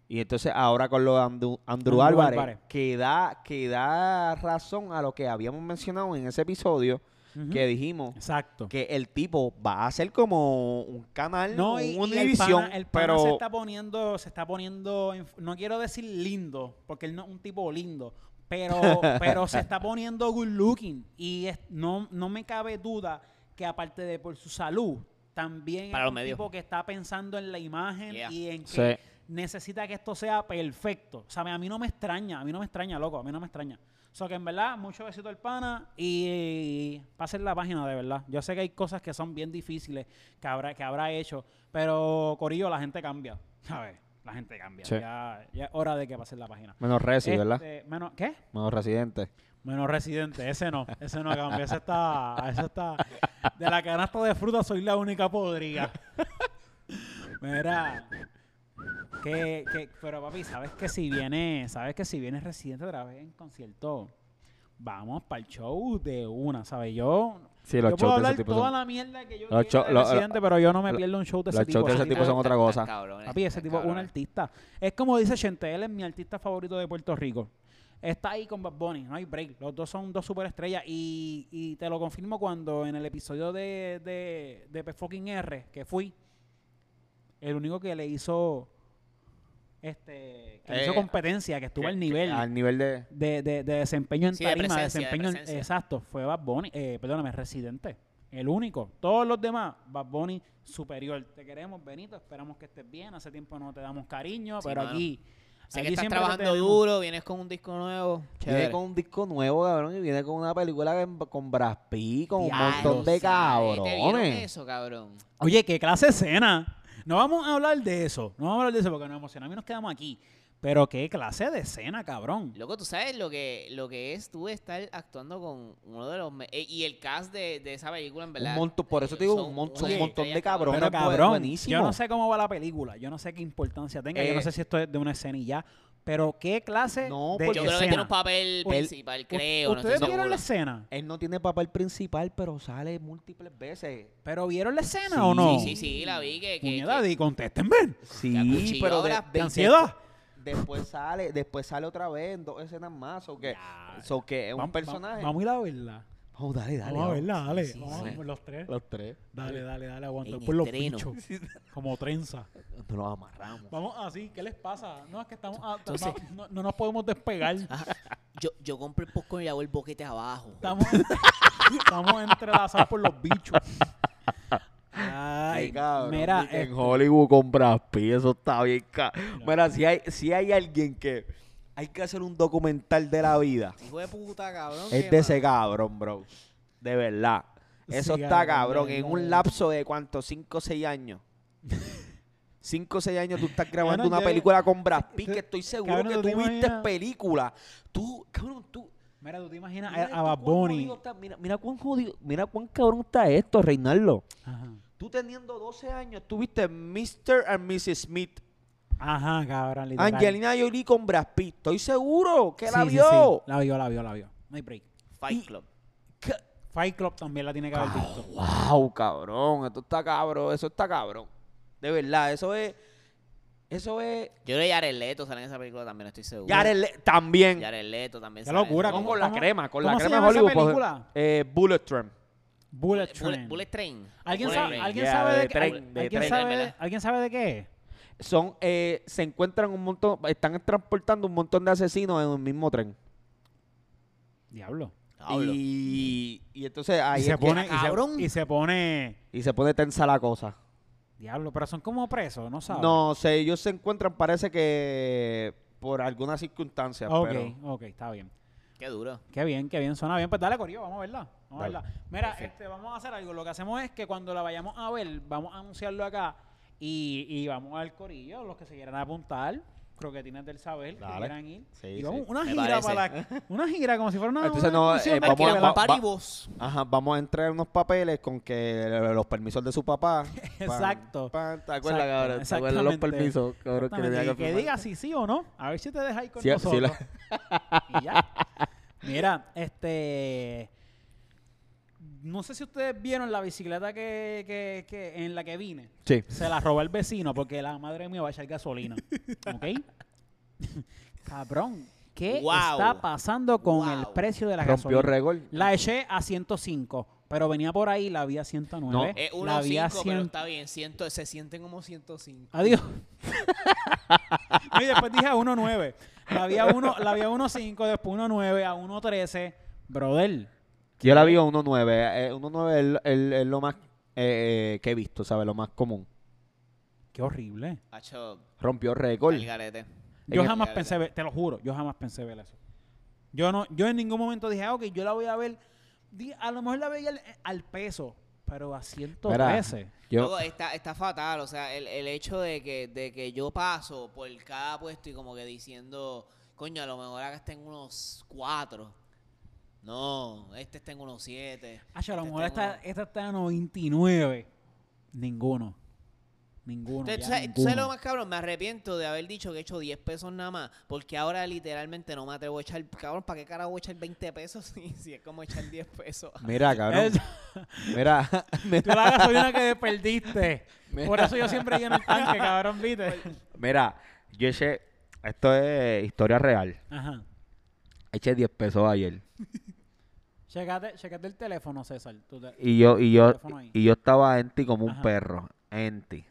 Y entonces ahora con lo de Andrew, Andrew Andrew Álvarez, Álvarez. Que, da, que da razón a lo que habíamos mencionado en ese episodio, Ujú. que dijimos Exacto. que el tipo va a ser como un canal, No, un y, y el Univision, pana, el pana pero se está poniendo, se está poniendo, en- no quiero decir lindo, porque él no es un tipo lindo, pero, pero se está poniendo good looking y es- no, no me cabe duda que aparte de por su salud, también Para es los un medios. tipo que está pensando en la imagen Yeah. y en que Sí. necesita que esto sea perfecto. O sea, a mí no me extraña, a mí no me extraña, loco, a mí no me extraña. O sea, que en verdad, mucho besito al pana y pasen la página, de verdad. Yo sé que hay cosas que son bien difíciles que habrá, que habrá hecho, pero Corillo, la gente cambia. A ver, la gente cambia. Sí. Ya, ya es hora de que pasen la página. menos Resi, ¿verdad? Este, menos, ¿Qué? Menos Residente. Menos residente, ese no, ese no cambia, ese está, ese está. De la canasta de fruta soy la única podrida. Mira, que, que, pero papi, sabes que si viene, sabes que si viene residente otra vez en concierto, vamos para el show de una, ¿sabes? Yo, Sí, yo puedo hablar toda la mierda que yo los quiera shows- de los- residente, pero yo no me los- pierdo un show de ese los tipo. shows de ese así que- tipo son otra cosa. Papi, ese tipo es un artista. Es como dice Chente, él es mi artista favorito de Puerto Rico. Está ahí con Bad Bunny, no hay break. Los dos son dos superestrellas. Y, y te lo confirmo cuando en el episodio de, de, de P fucking R, que fui, el único que le hizo este que le Eh, hizo competencia, que estuvo al nivel Al nivel de... de, de- de desempeño en Sí, de tarima, presencia, de desempeño en- presencia. exacto, fue Bad Bunny, eh, perdóname, Residente, el único. Todos los demás, Bad Bunny superior. Te queremos, Benito, esperamos que estés bien. Hace tiempo no te damos cariño, Sí, pero mano. aquí, Sé aquí que estás siempre te trabajando tenemos. duro, vienes con un disco nuevo. Viene Chévere. con un disco nuevo, cabrón, y viene con una película que- con Brad Pitt, con un Diablo, montón de ¿sabes? ¿Te vieron cabrones. eso, cabrón? Oye, qué clase de escena. No vamos a hablar de eso, no vamos a hablar de eso porque nos emocionamos y nos quedamos aquí. Pero qué clase de escena, cabrón. Loco, tú sabes lo que, lo que es tú estar actuando con uno de los... me- eh, y el cast de, de esa película, en verdad. eh, Un montón- por eso te digo, un mon- son un unas montón de estrellas, cabrones. Pero es buen- cabrón, buenísimo. yo no sé cómo va la película, yo no sé qué importancia tenga, yo no Eh, sé si esto es de una escena y ya, Pero qué clase No, de porque Yo creo que escena? tiene un papel principal, creo. No ¿Ustedes estoy seguro. vieron la escena? Él no tiene papel principal, pero sale múltiples veces. ¿Pero vieron la escena Sí, o no? Sí, sí, sí, la vi que... que- Puñeta, que- di, contéstenme. acuchilló Sí, pero a de, Brad Pitt. ¿De de- ansiedad? después sale, después sale otra vez en dos escenas más. O que, Ya. so que es un Vam- personaje. va- Vamos a ir a verla. Vamos, dale, dale. vamos a verla, dale. Sí, sí, vamos sí. a ver los tres. Los tres. Dale, dale, dale, aguanta En por los estreno. pinchos. Como trenza. Nos los amarramos. Vamos así, ¿qué les pasa? No, es que estamos. ah, Entonces- va- no, no nos podemos despegar. Ah. Ajá. Yo, yo compré el popcorn y le hago el boquete abajo. Estamos, estamos entrelazados por los bichos. Ay, Qué cabrón, mira, ni que eh, en Hollywood con Brad Pitt, eso está bien. ca- Mira, si hay, si hay alguien que hay que hacer un documental de la vida, Hijo de puta, cabrón. es de ese cabrón, bro. De verdad. Eso Sí, está cabrón, cabrón. de En verdad, de un verdad. lapso de cuánto, 5 o 6 años. 5 o 6 años tú estás grabando Cabrón, una yo- película con Brad Pitt, tú- que estoy seguro cabrón, ¿tú que te tú viste imaginas? película. Tú, cabrón, tú. mira, tú te imaginas mira a, a tú Bad cuán Bunny. jodido está- Mira, mira cuán jodido, mira cuán cabrón está esto, Reinaldo. Ajá. Tú teniendo 12 años, tuviste Mr. and Mrs. Smith. Ajá, cabrón, literal. Angelina Jolie con Brad Pitt. Estoy seguro que la Sí, sí, vio. sí. La vio, la vio, la vio. No hay break. Fight Club. Ca- Fight Club también la tiene que haber Ah. visto. Wow, cabrón. Esto está cabrón. Eso está cabrón. De verdad, eso es. Eso es. Yo creo que Jared Leto sale en esa película también, estoy seguro. Jared Le- también. Jared Leto también Qué sale en locura, esa No, ¿cómo- con película. la crema, con la cómo se crema de llama esa Hollywood. pues, película? eh, Bullet Train. Bullet Bullet, Train. Bullet Train. ¿Alguien, Bullet sabe- Train. ¿alguien ya, sabe de, de qué? tren, al- de ¿alguien, tren. sabe, ¿verdad? alguien sabe de qué? es? Son, eh, se encuentran un montón, están transportando un montón de asesinos en un mismo tren. Diablo. Hablo. Y, y entonces ahí y, se es que- pone, y, cabrón. se, y se pone. y se pone tensa la cosa. Diablo, pero son como presos, no sabes. No sé, ellos se encuentran, parece que por alguna circunstancia. Ok, Pero, ok, está bien. Qué duro. Qué bien, qué bien, suena bien. Pues dale, Corillo, vamos a verla. Vamos a Dale. verla. Mira, Perfecto. este, vamos a hacer algo. Lo que hacemos es que cuando la vayamos a ver, vamos a anunciarlo acá y, y vamos al Corillo, los que se quieran apuntar, croquetines del saber, que Dale. quieran ir. Sí, y vamos, sí. una Me gira parece. para la- Una gira como si fuera una. Entonces una no, excursión eh, de vamos- escuela. Alquilamos va- par va- y vos. ajá, vamos a entrar unos papeles con que los permisos de su papá. pan, Exacto. pan, ¿Te acuerdas, Exacto, cabrón? ¿Te acuerdas los exactamente. permisos, cabrón? Que le Exactamente, tenía y que, firmar? diga si sí o no. A ver si te deja ahí con Sí, sí, nosotros. la- Y ya. Mira, este. No sé si ustedes vieron la bicicleta que, que- que- en la que vine. Sí. Se la robó el vecino porque la madre mía va a echar gasolina. ¿Ok? Cabrón, ¿qué Guau. está pasando con el Guau. precio de la Rompió gasolina? récord. La eché a 105, pero venía por ahí, la vi a 109. No, Es la 1.5, vi a pero 100. está bien. Ciento, se sienten como 105. Adiós. y después dije a 1.9. La vi a 1, la vi a 1.5, después 1.9, a 1.13. Brother. Yo la vi a 1.9. eh, 1.9 es, lo- es- es lo más eh, eh, que he visto, ¿sabes? Lo más común. Qué horrible. Hacho, Rompió récord. el garete. Yo que- jamás pensé ver, te lo juro, yo jamás pensé ver eso. Yo no, yo en ningún momento dije, ah, ok, yo la voy a ver. Di- A lo mejor la veía al, al peso, pero a 113. Yo, Luego, está, está fatal, o sea, el, el hecho de que, de que yo paso por cada puesto y como que diciendo, coño, a lo mejor acá está en unos cuatro. No, este está en unos siete. Ay, Ah, a lo este mejor está en esta, unos- esta está a 99. Ninguno. Ninguno. Entonces, ya ¿tú sabes, tú ninguno. sabes lo más cabrón? Me arrepiento de haber dicho que he hecho 10 pesos nada más, porque ahora literalmente no me atrevo a echar, cabrón, ¿para qué cara voy a echar 20 pesos si, si es como echar 10 pesos? mira, cabrón. Es- Mira, mira, Tú la gasolina que perdiste. Mira. Por eso yo siempre lleno el tanque, cabrón, ¿viste? mira, yo eché. Esto es historia real. Ajá. Eché 10 pesos ayer. Checate, checate el teléfono, César. Tú te- Y yo, y yo, teléfono ahí. y yo estaba enti como un Ajá. perro. Enti.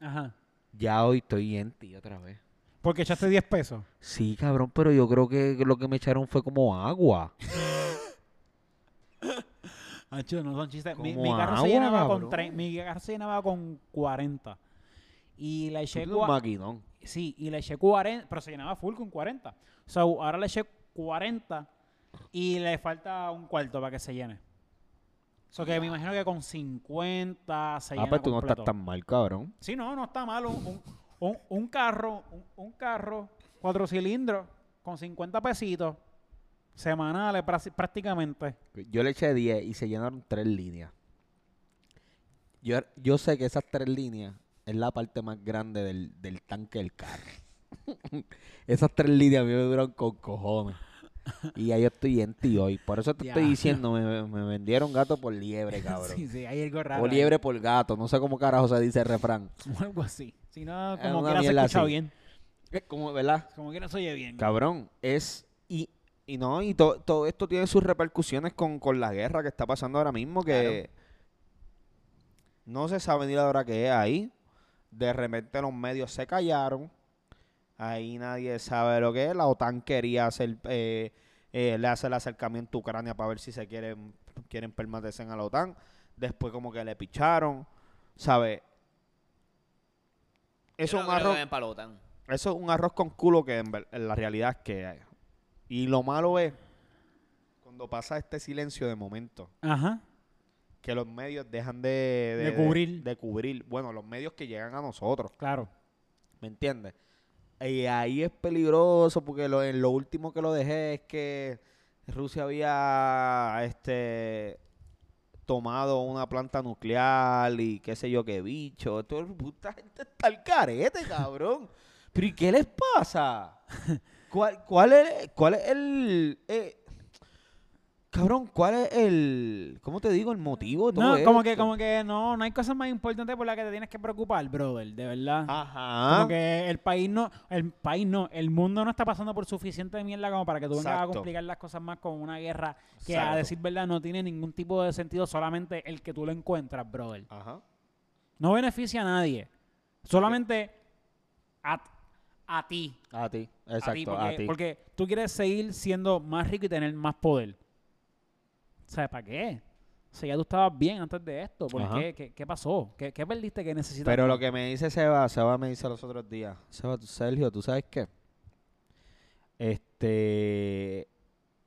Ajá. Ya hoy estoy enti otra vez. Porque echaste 10 pesos. Sí, cabrón, pero yo creo que lo que me echaron fue como agua. Hacho, no son chistes. Mi, Como mi carro agua, se llenaba con cabrón. tre- mi carro se llenaba con 40. Y la eché Un cua- maquinón. Sí, y le eché 40, pero se llenaba full con 40. So, ahora le eché 40 y le falta un cuarto para que se llene. So que me imagino que con 50 se Ah, llena pero tú no completo. estás tan mal, cabrón. Sí, no, no está mal. Un, un- un- un carro, un, un carro, cuatro cilindros, con 50 pesitos, semanales prasi- prácticamente. Yo le eché 10 y se llenaron tres líneas. Yo, yo sé que esas tres líneas es la parte más grande del, del tanque del carro. Esas tres líneas a mí me duran con cojones. Y ya yo estoy en ti hoy. Por eso te Ya. estoy diciendo, me, me vendieron gato por liebre, cabrón. sí, sí, hay algo raro. eh. ahí. o liebre por gato. No sé cómo carajo se dice el refrán. O algo así. Si no, Es como una quiera se mierda escucha así. bien. Es como, ¿verdad? Como quiera se oye bien. Cabrón, es... Y, y no, y to- todo esto tiene sus repercusiones con, con la guerra que está pasando ahora mismo, que no se sabe ni la hora que es ahí. De repente los medios se callaron. Ahí nadie sabe lo que es. La OTAN quería hacer... eh, eh, le hace el acercamiento a Ucrania para ver si se quieren, quieren permanecer a la OTAN. Después como que le picharon, ¿sabes? Eso Yo es no creo un arroz... que me empalotan. Eso es un arroz con culo que en, ver- en la realidad es que hay. Y lo malo es cuando pasa este silencio de momento, Ajá. que los medios dejan de, De cubrir. De, cubrir. Bueno, los medios que llegan a nosotros, Claro. ¿me entiendes? Y ahí es peligroso porque lo, en lo último que lo dejé es que Rusia había este tomado una planta nuclear y qué sé yo qué bicho. Esto, puta gente está al carete, cabrón. ¿Pero y qué les pasa? ¿Cuál, cuál es, cuál es el... eh, cabrón, ¿cuál es el... ¿Cómo te digo? El motivo de todo No, como que, esto? como que no, no hay cosas más importantes por las que te tienes que preocupar, brother, de verdad. Ajá. Como que el país no, el país no, el mundo no está pasando por suficiente mierda como para que tú vengas a Exacto. complicar las cosas más con una guerra que a Exacto. decir verdad no tiene ningún tipo de sentido, solamente el que tú lo encuentras, brother. Ajá. No beneficia a nadie. Solamente a, a ti. A ti. a ti, Exacto, porque, a ti. porque tú quieres seguir siendo más rico y tener más poder. ¿Sabes para qué? O sea, ya tú estabas bien antes de esto. ¿Por Ajá. qué? ¿Qué, qué pasó? ¿Qué, qué perdiste que necesitas? Pero más? lo que me dice Seba, Seba me dice los otros días, Seba, tú- Sergio, ¿tú sabes qué? Este,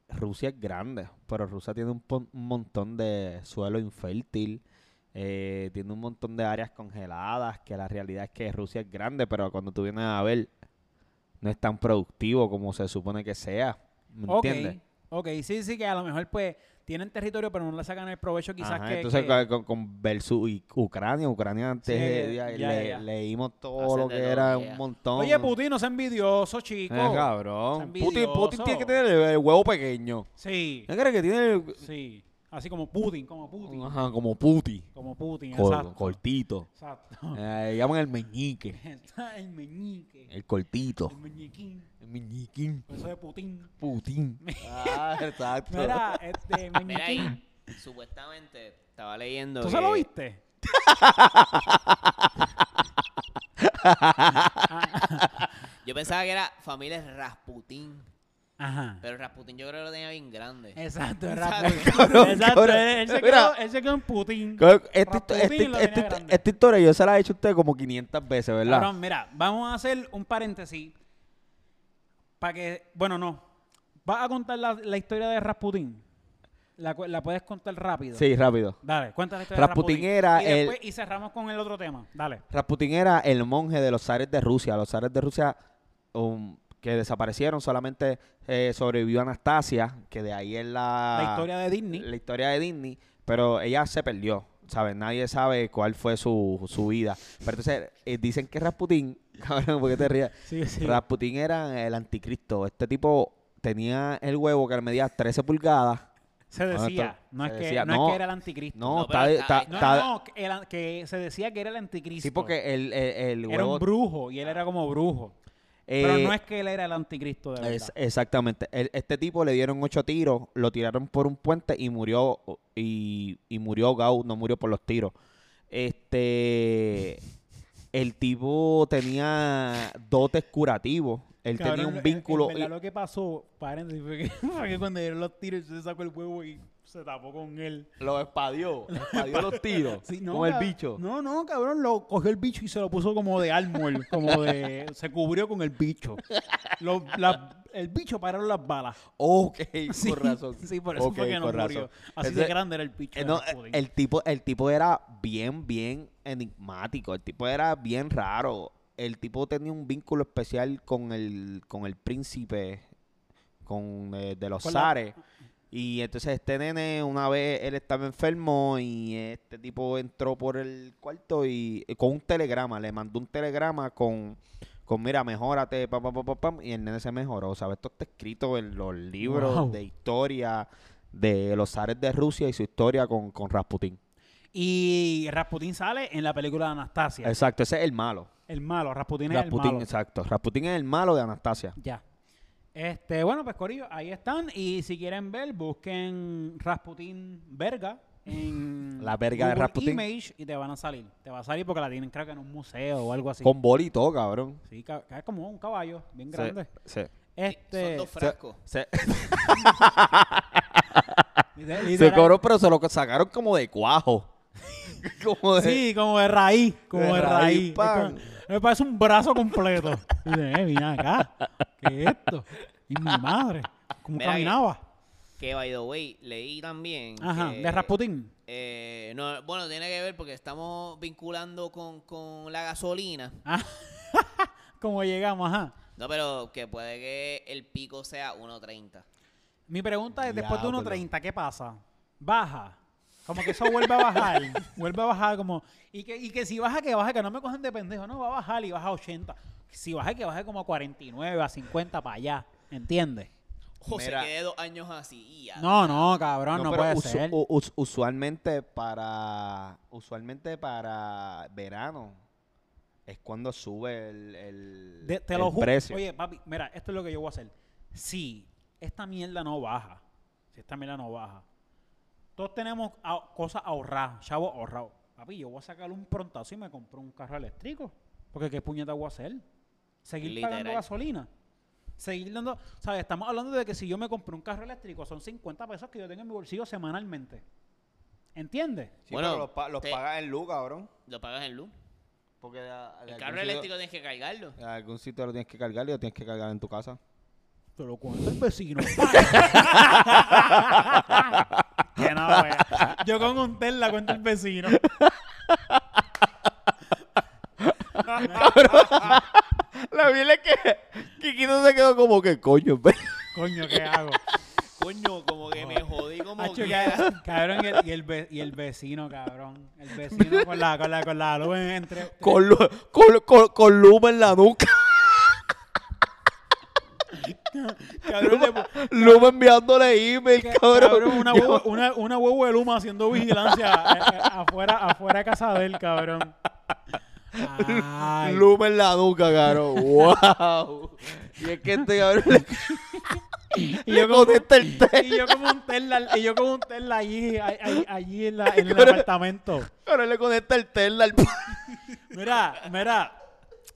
Rusia es grande, pero Rusia tiene un, pon- un montón de suelo infértil, eh, tiene un montón de áreas congeladas, que la realidad es que Rusia es grande, pero cuando tú vienes a ver, no es tan productivo como se supone que sea, ¿me Ok, entiendes? Ok, sí, sí, que a lo mejor pues tienen territorio, pero no le sacan el provecho quizás Ajá, que... entonces que- con- con, con versus y- Ucrania, Ucrania antes Sí, eh, que- ya- ya, le- ya. leímos todo Hacen lo de que todo, era ya. un montón. Oye, Putin, no sea envidioso, chico. Eh, cabrón. Está Putin, Putin tiene que envidioso. tener el, el huevo pequeño. Sí, ¿No crees que tiene el- sí. Así como Putin, como Putin. Ajá, como puti? Como Putin, Cor- exacto. Ah. cortito. Exacto. Eh, le llaman el meñique. Está el meñique, El cortito. el meñiquín, pues El meñiquín. eso de Putin. Putin. Ah, exacto. Mira, este Mira meñiquín. ahí, supuestamente estaba leyendo. ¿Tú se lo que- viste? Yo pensaba que era familia Rasputín. Ajá. Eh. Pero Rasputín yo creo que lo tenía bien grande. Exacto, Exacto, era Putin. Exacto, cabrón. él él se quedó- Mira. él se quedó en Putin. Co- Esta, histo- Rasputin esta- lo tenía esta- grande. esta historia yo se la he hecho a usted como 500 veces, ¿verdad? Cabrón, mira, vamos a hacer un paréntesis. Para que. Bueno, no. ¿Vas a contar la, la historia de Rasputin? La, cu- la puedes contar rápido. Sí, rápido. Dale, cuenta la historia Rasputin de Rasputin. era y, el- después- y cerramos con el otro tema. Dale. Rasputin era el monje de los zares de Rusia. Los zares de Rusia um, que desaparecieron, solamente eh, sobrevivió Anastasia, que de ahí es la... la historia de Disney. la historia de Disney, pero ella se perdió, ¿sabes? Nadie sabe cuál fue su, su vida. Pero entonces eh, dicen que Rasputín, cabrón, ¿por qué te ríes? Sí, sí. Rasputín era el anticristo. Este tipo tenía el huevo que medía 13 pulgadas. se no, decía. esto- No, es se que, decía, no, es no, que era el anticristo. No, No, está, pero de- está- está, No, está- no, que, era- que se decía que era el anticristo. Sí, porque el, el- el era huevo... un brujo y él era como brujo. Pero eh, no es que él era el anticristo de verdad. Es- exactamente. El- este tipo le dieron ocho tiros, lo tiraron por un puente y murió y, y murió ahogado, no murió por los tiros. Este el tipo tenía dotes curativos. Él tenía Cabrón, un en- vínculo. En, y- verdad lo que pasó, paréntesis, fue que, fue que cuando dieron los tiros, se sacó el huevo y se tapó con él. Lo espadió, espadió los tiros Sí, no, con el cab- bicho. No, no, cabrón, lo cogió el bicho y se lo puso como de armor, como de... se cubrió con el bicho. Lo- la- el bicho pararon las balas. Ok, Sí, con razón. Sí, por eso Ok, fue que no con razón. murió. Así de Entonces, grande era el bicho. Eh, de no, Rasputin. el tipo, el tipo era bien, bien enigmático. El tipo era bien raro. El tipo tenía un vínculo especial con el, con el príncipe, con eh, de los Con la- zares. Y entonces este nene, una vez él estaba enfermo y este tipo entró por el cuarto y eh, con un telegrama, le mandó un telegrama con, con mira, mejórate, pam, pam, pam, pam, pam", y el nene se mejoró. ¿Sabes? Esto está escrito en los libros Wow. de historia de los zares de Rusia y su historia con, con Rasputín. Y Rasputin sale en la película de Anastasia. Exacto, ese es el malo. El malo, Rasputin es Rasputín, el malo. exacto. Rasputín es el malo de Anastasia. Ya. Este, bueno, pues Corillo, ahí están. Y si quieren ver, busquen Rasputin Verga en La verga de Google Rasputin. Image y te van a salir. Te va a salir porque la tienen creo que en un museo o algo así. Con boli y todo, cabrón. Sí, ca- ca- es como un caballo, bien Se- grande. se- Son Este, dos frascos. se- literal- Se cobró, pero se lo sacaron como de cuajo. como de... Sí, como de raíz, como de, de raíz, raíz. Es pan. como- me parece un brazo completo. Y dice, eh, mira acá, ¿qué es esto? Y mi madre, ¿cómo Mira que- caminaba? Que, by the way, leí también. Ajá, que, de Rasputin. eh, no, bueno, tiene que ver porque estamos vinculando con, con la gasolina. ¿Cómo llegamos? Ajá. No, pero que puede que el pico sea 1.30. Mi pregunta es, después de Diablo. 1.30, ¿qué pasa? Baja. Como que eso vuelve a bajar. vuelve a bajar como... Y que, y que si baja, que baja, que no me cogen de pendejo. No, va a bajar y baja a 80. Si baja, que baje como a 49, a 50 para allá. ¿Entiendes? O se Mira. quede dos años así. y ya. No, no, cabrón, no, Ah, pero puede usu- ser. u- us- usualmente para usualmente para verano es cuando sube el, el- De- te el lo juro. precio. Oye, papi, mira, esto es lo que yo voy a hacer. Si esta mierda no baja, si esta mierda no baja, todos tenemos a- cosas ahorradas, chavo ahorrado. Papi, yo voy a sacar un prontazo y me compro un carro eléctrico. Porque qué puñeta voy a hacer. Seguir pagando Literal. gasolina. Seguir dando. ¿Sabes? Estamos hablando de que si yo me compro un carro eléctrico, son 50 pesos que yo tengo en mi bolsillo semanalmente. ¿Entiendes? Sí, Bueno, pero los, pa- los te- pagas en luz, cabrón. Lo pagas en luz. Porque de- de El algún carro sitio- eléctrico tienes que cargarlo. de algún sitio lo tienes que cargar y lo tienes que cargar en tu casa. Te lo cuento el vecino. que no, güey. Yo con un tel la cuento el vecino. La verdad es que Kikito se quedó como que coño. Coño, ¿qué hago? Coño, como que me jodí como Hacho, quiera. ca- cabrón, y el, y, el ve- y el vecino, cabrón. El vecino con la, con la, con la luz en- entre. con, lu- con, con, con luma en la nuca. Cabrón, le pu- Luma enviándole email, ca- cabrón. cabrón, una, Yo- huevo, una, una huevo de luma haciendo vigilancia eh, eh, afuera, afuera de casa de él, cabrón. Ay, Luma en la nuca, cabrón. ¡Wow! Y es que este cabrón le, y le yo como- conecta el té. Y yo como un Tesla, y yo como un Tesla allí, ahí- ahí- allí en, la- en el apartamento. Cabrón le conecta el Tesla al p- Mira, mira.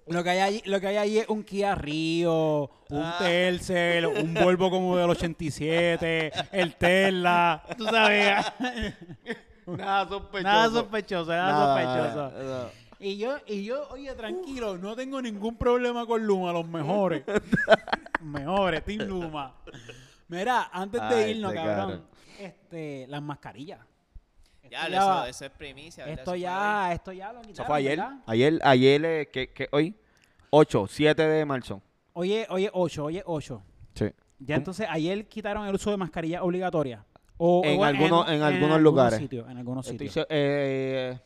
Lo que hay allí, lo que hay allí es un Kia Río, un Ah. Telcel, un Volvo como del 87, el Tesla, tú sabes. Nada sospechoso. nada sospechoso, nada, Nada, sospechoso. nada. Y yo, y yo, oye, tranquilo, no tengo ningún problema con Luma, los mejores. mejores, Team Luma. Mira, antes de Ay, irnos, este cabrón, este, las mascarillas. Esto Ya, ya eso, va- eso es primicia. ¿verdad? Eso Esto fue ya, esto ya lo Eso quitaron, fue ayer. ¿verdad? Ayer, ayer, eh, ¿qué, qué, hoy? 8, 7 de marzo. Oye, oye, 8, oye, 8. Sí. Ya entonces ayer quitaron el uso de mascarilla obligatoria. O, En o algunos- en algunos lugares. sitios, en algunos Estoy sitios. se- eh, ayer.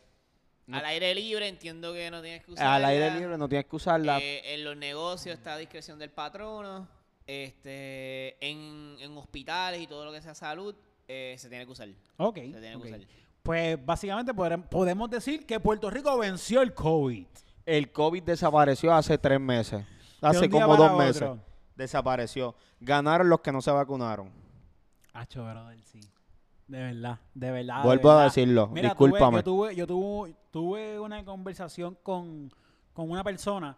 Al aire libre entiendo que no tienes que usarla. al aire libre no tienes que usarla. Eh, en los negocios está a discreción del patrono. Este, en, en hospitales y todo lo que sea salud, eh, se tiene que usar. Ok, Se tiene que ok. usar. Pues básicamente podrem- podemos decir que Puerto Rico venció el COVID. El COVID desapareció hace tres meses. De Hace un día como para dos meses. otro. Desapareció. Ganaron los que no se vacunaron. Hacho, brother, sí. De verdad, de verdad. de Vuelvo a verdad. decirlo, Mira, discúlpame. Tuve, yo tuve, yo tuve, tuve una conversación con, con una persona.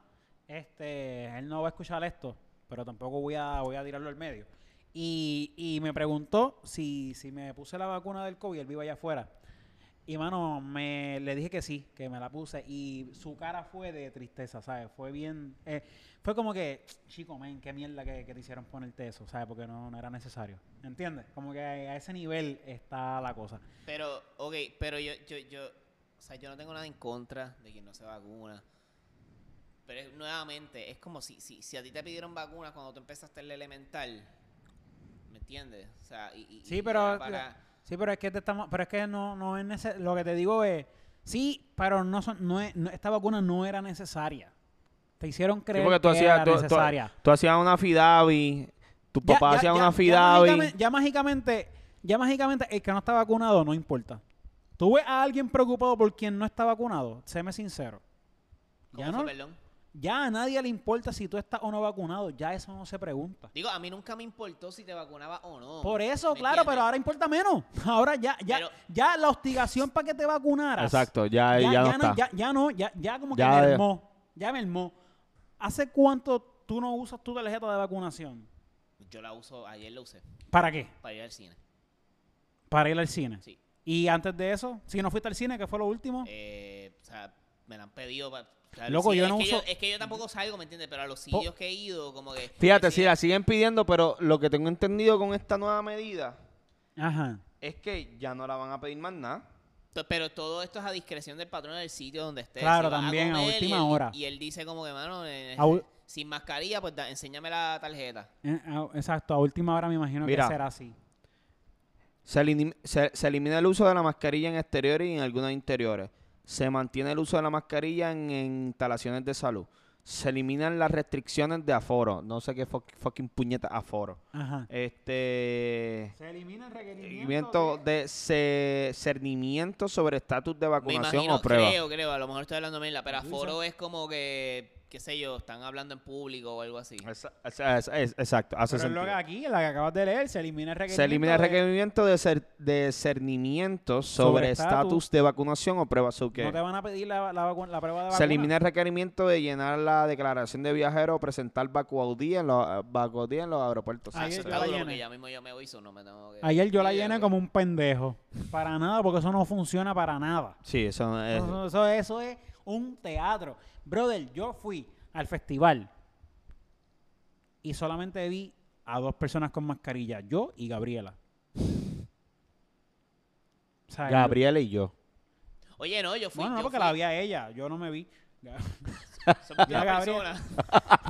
Este, él no va a escuchar esto, pero tampoco voy a, voy a tirarlo al medio. Y, y me preguntó si, si me puse la vacuna del COVID, él vive allá afuera. Y mano, me, le dije que sí, que me la puse. Y su cara fue de tristeza, ¿sabes? Fue bien. eh, fue como que, chico, men, qué mierda que, que te hicieron ponerte eso, ¿sabes? Porque no, no era necesario. ¿Entiendes? Como que a ese nivel está la cosa. Pero, ok, pero yo, yo, yo, o sea, yo no tengo nada en contra de quien no se vacuna. Pero es- nuevamente, es como si, si, si a ti te pidieron vacunas cuando tú empezaste el elemental. ¿me ¿entiendes? O sea, y, y- Sí, y pero, era para- sí, pero es que te estamos, pero es que no, no es nece- lo que te digo es, sí, pero no, son- no, es- no- esta vacuna no era necesaria. Te hicieron Sí, creer porque tú que era hacías, tú, tú- necesaria. tú hacías una Fidavi, tu Ya- papá ya- hacía ya- una ya Fidavi. mágicamente- Ya mágicamente, ya mágicamente el que no está vacunado no importa. Tú ves a alguien preocupado por quien no está vacunado, séme sincero. ¿cómo Ya, fue, no, perdón? ya a nadie le importa si tú estás o no vacunado, ya eso no se pregunta. Digo, a mí nunca me importó si te vacunaba o no. Por eso, ¿me claro, pero entiendes? ahora importa menos. Ahora ya, ya, Pero- ya la hostigación para que te vacunaras. Exacto, ya, ya, ya, no ya está. no, ya, ya no, ya, ya como Ya- que mermó. Ya mermó. ¿Hace cuánto tú no usas tu tarjeta de vacunación? Yo la uso, ayer la usé, ¿Para qué? para ir al cine. Para ir al cine. Sí. Y antes de eso, si no fuiste al cine, que fue lo último, Eh, o sea, me la han pedido. pa- o sea, Loco, sí, yo es no que uso- es que yo tampoco salgo, ¿me entiendes? Pero a los sitios que he ido, como que. Fíjate, sí, sí, la siguen pidiendo, pero lo que tengo entendido con esta nueva medida ajá. es que ya no la van a pedir más nada. to- Pero todo esto es a discreción del patrón del sitio donde estés. Claro, Si vas también, a comer y última él- hora. Y él dice, como que, mano, eh, A ul- sin mascarilla, pues da- enséñame la tarjeta. Eh, ah, Exacto, a última hora me imagino Mira. que será así. Se, elim- se- se elimina el uso de la mascarilla en exteriores y en algunas interiores. Se mantiene el uso de la mascarilla en, en instalaciones de salud. Se eliminan las restricciones de aforo. No sé qué fuck- fucking puñeta aforo. Ajá. Eh, Este. Se elimina el Seguimiento de ce- cernimiento sobre estatus de vacunación o prueba. creo, creo, a lo mejor estoy hablando mierda, pero ¿Tú dices? aforo es como que, qué sé yo, están hablando en público o algo así. Esa- esa- esa- es- exacto, hace Pero es lo sentido. que aquí, la que acabas de leer, se elimina el requerimiento. Se elimina el de- requerimiento de, cer- de cernimiento Sobre sobre estatus. estatus de vacunación o prueba. so que No te van a pedir la, la, vacu- la prueba de vacuna. se elimina el requerimiento de llenar la declaración de viajero o presentar vacuaudía en los, vacuaudía en los aeropuertos. Ahí Eso yo Sí, está la duro, llené. porque ya mismo yo me voy, so no me tengo que... Ayer yo la Sí, llené ok. como un pendejo. Para nada, porque eso no funciona para nada. Sí, eso no es. Eso, eso- eso es un teatro. Brother, yo fui al festival y solamente vi a dos personas con mascarilla, yo y Gabriela. O sea, Gabriela y yo. Oye, no, yo fui... Bueno, no, yo porque fui- la vi a ella, yo no me vi. somos Ya, una Gabriel. persona.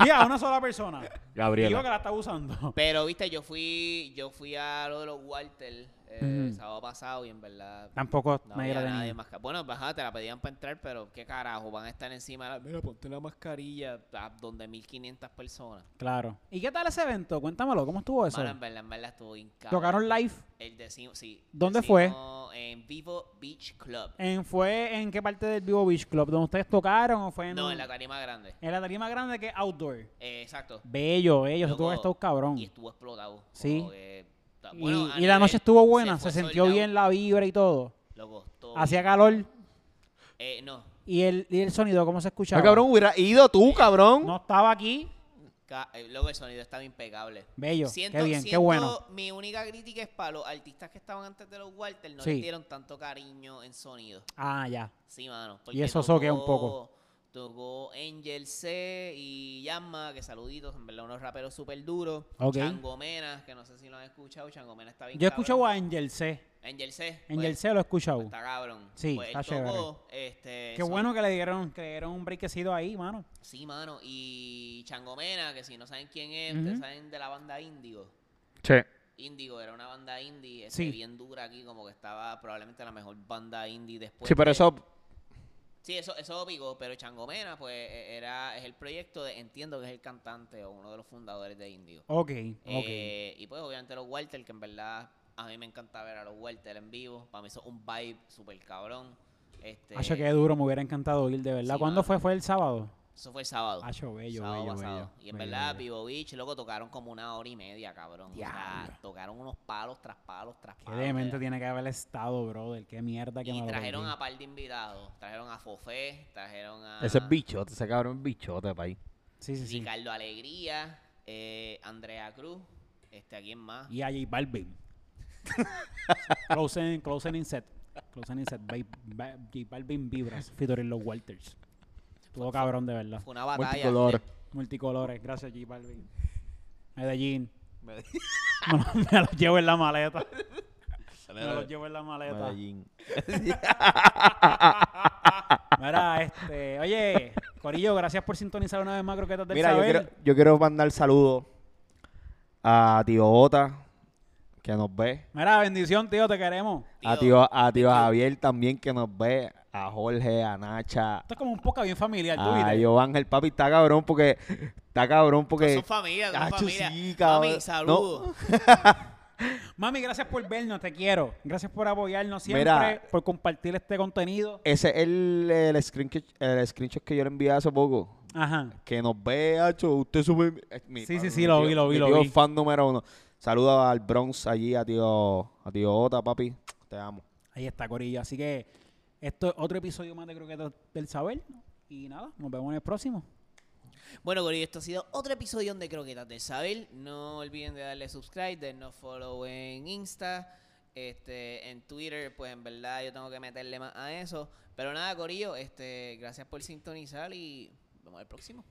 Vi a una sola persona. Y Digo Gabriela. que la está usando. Pero, viste, yo fui, yo fui a lo de los Walter eh, el Ujú. Ah, sábado pasado y en verdad... Tampoco No nadie había la nadie tenía. más. Bueno, bajada, te la pedían para entrar, pero qué carajo, van a estar encima de la... Mira, ponte la mascarilla. ah, Donde 1500 personas. Claro. ¿Y qué tal ese evento? Cuéntamelo, ¿cómo estuvo eso? Mano, en verdad, en verdad estuvo bien cabrón. Tocaron live. El de Simo- sí. ¿Dónde el fue? Simo En Vivo Beach Club. En, ¿Fue en qué parte del Vivo Beach Club? ¿Donde ustedes tocaron o fue en, No, en la tarima grande. en la tarima grande que es outdoor? Eh, exacto. Bello, bello. Eso tuvo que Loco, estar un cabrón. Y Y, estuvo explotado. como Sí. que- ta- bueno, a y la nivel, noche estuvo buena, se, fue sintió sold out. bien la vibra y todo. Loco, todo Hacía bien. calor. Eh, no. ¿Y el, y el sonido cómo se escuchaba? Ah, cabrón, hubiera ido tú, cabrón. No estaba aquí. ca- eh, Loco, el sonido estaba impecable. Bello. Siento- qué bien, qué siento- bueno. Mi única crítica es para los artistas que estaban antes de los Walter, no Sí. les dieron tanto cariño en sonido. Ah, ya. Sí, mano. Y eso soquea un poco. Tocó Angel C y Yasma, que saluditos, en verdad, unos raperos súper duros. Ok. Changomena, que no sé si lo han escuchado. Changomena está bien. Yo he escuchado cabrón. a Angel C. Angel C. Angel pues, C lo he escuchado. pues, está cabrón. Sí, Pues, él está chévere. tocó, este, qué son- bueno que le dieron, que le dieron un breakecito ahí, mano. Sí, mano. Y Changomena, que si no saben quién es, Ujú. ustedes saben de la banda Índigo. Sí. Índigo era una banda indie este, Sí. bien dura aquí, como que estaba probablemente la mejor banda indie después. Sí, pero de- eso. Sí, eso, eso picó, pero Changomena, pues, e- era, es el proyecto de, entiendo que es el cantante o uno de los fundadores de Indio. Ok, ok. Eh, y pues obviamente los Walter, que en verdad a mí me encanta ver a los Walter en vivo. Para mí eso es un vibe súper cabrón. Este, Hacho, qué Ah, duro, me hubiera encantado ir, de verdad. Sí, ¿Cuándo mano. fue? ¿Fue el sábado? Eso fue el sábado. Hacho, bello, sábado bello, pasado. bello, Y en bello, verdad, bello. Pivo Beach, loco, tocaron como una hora y media, cabrón. O Diablo. sea, tocaron unos palos tras palos tras Qué palos. demente ¿verdad? tiene que haber estado, brother. Qué mierda que me Y lo trajeron perdí. a par de invitados. Trajeron a Fofé, trajeron a... Ese es bichote, ese cabrón es bichote, país. Sí, sí, sí. Ricardo Alegría, eh, Andrea Cruz, este, ¿a quién más? Y a J Balvin. closing, closing in set. Closing in set. Ba- ba- J Balvin vibras. Featuring los Walters. Todo cabrón, de verdad. Fue una batalla. eh. Multicolor. Multicolores. Gracias, J Balvin. Medellín. me, lo, me lo llevo en la maleta. Me lo llevo en la maleta. Medellín. Mira, este... Oye, Corillo, gracias por sintonizar una vez más Croquetas del Mira, yo Saber. quiero, yo quiero mandar saludos a Tío Bota, que nos ve. Mira, bendición, tío, te queremos. A Tío, tío, a tío Javier también que nos ve. A Jorge, a Nacha. Esto es como un poco bien familiar, tú A viste. Giovanni, el papi está cabrón porque. Está cabrón porque. Son familia, son Cacho, familia. sí, cabrón. Mami, saludos. Mami, gracias por vernos, te quiero. Gracias por apoyarnos siempre, Mira. por compartir este contenido. Ese es el, el, screenshot, el screenshot que yo le envié hace poco. Ajá. Que nos ve, Hacho. Usted sube. eh, mi Sí, sí, padre, sí, mi lo tío- vi, lo vi, mi lo tío vi. fan número uno. Saluda al Bronx allí, a tío, a tío Ota, papi. Te amo. Ahí está, Corillo. Así que esto es otro episodio más de Croquetas del Saber. Y nada, nos vemos en el próximo. Bueno, Corillo, esto ha sido otro episodio de Croquetas del Saber. No olviden de darle subscribe, de no follow en Insta, este, en Twitter, pues en verdad yo tengo que meterle más a eso. Pero nada, Corillo, este, gracias por sintonizar y vemos el próximo.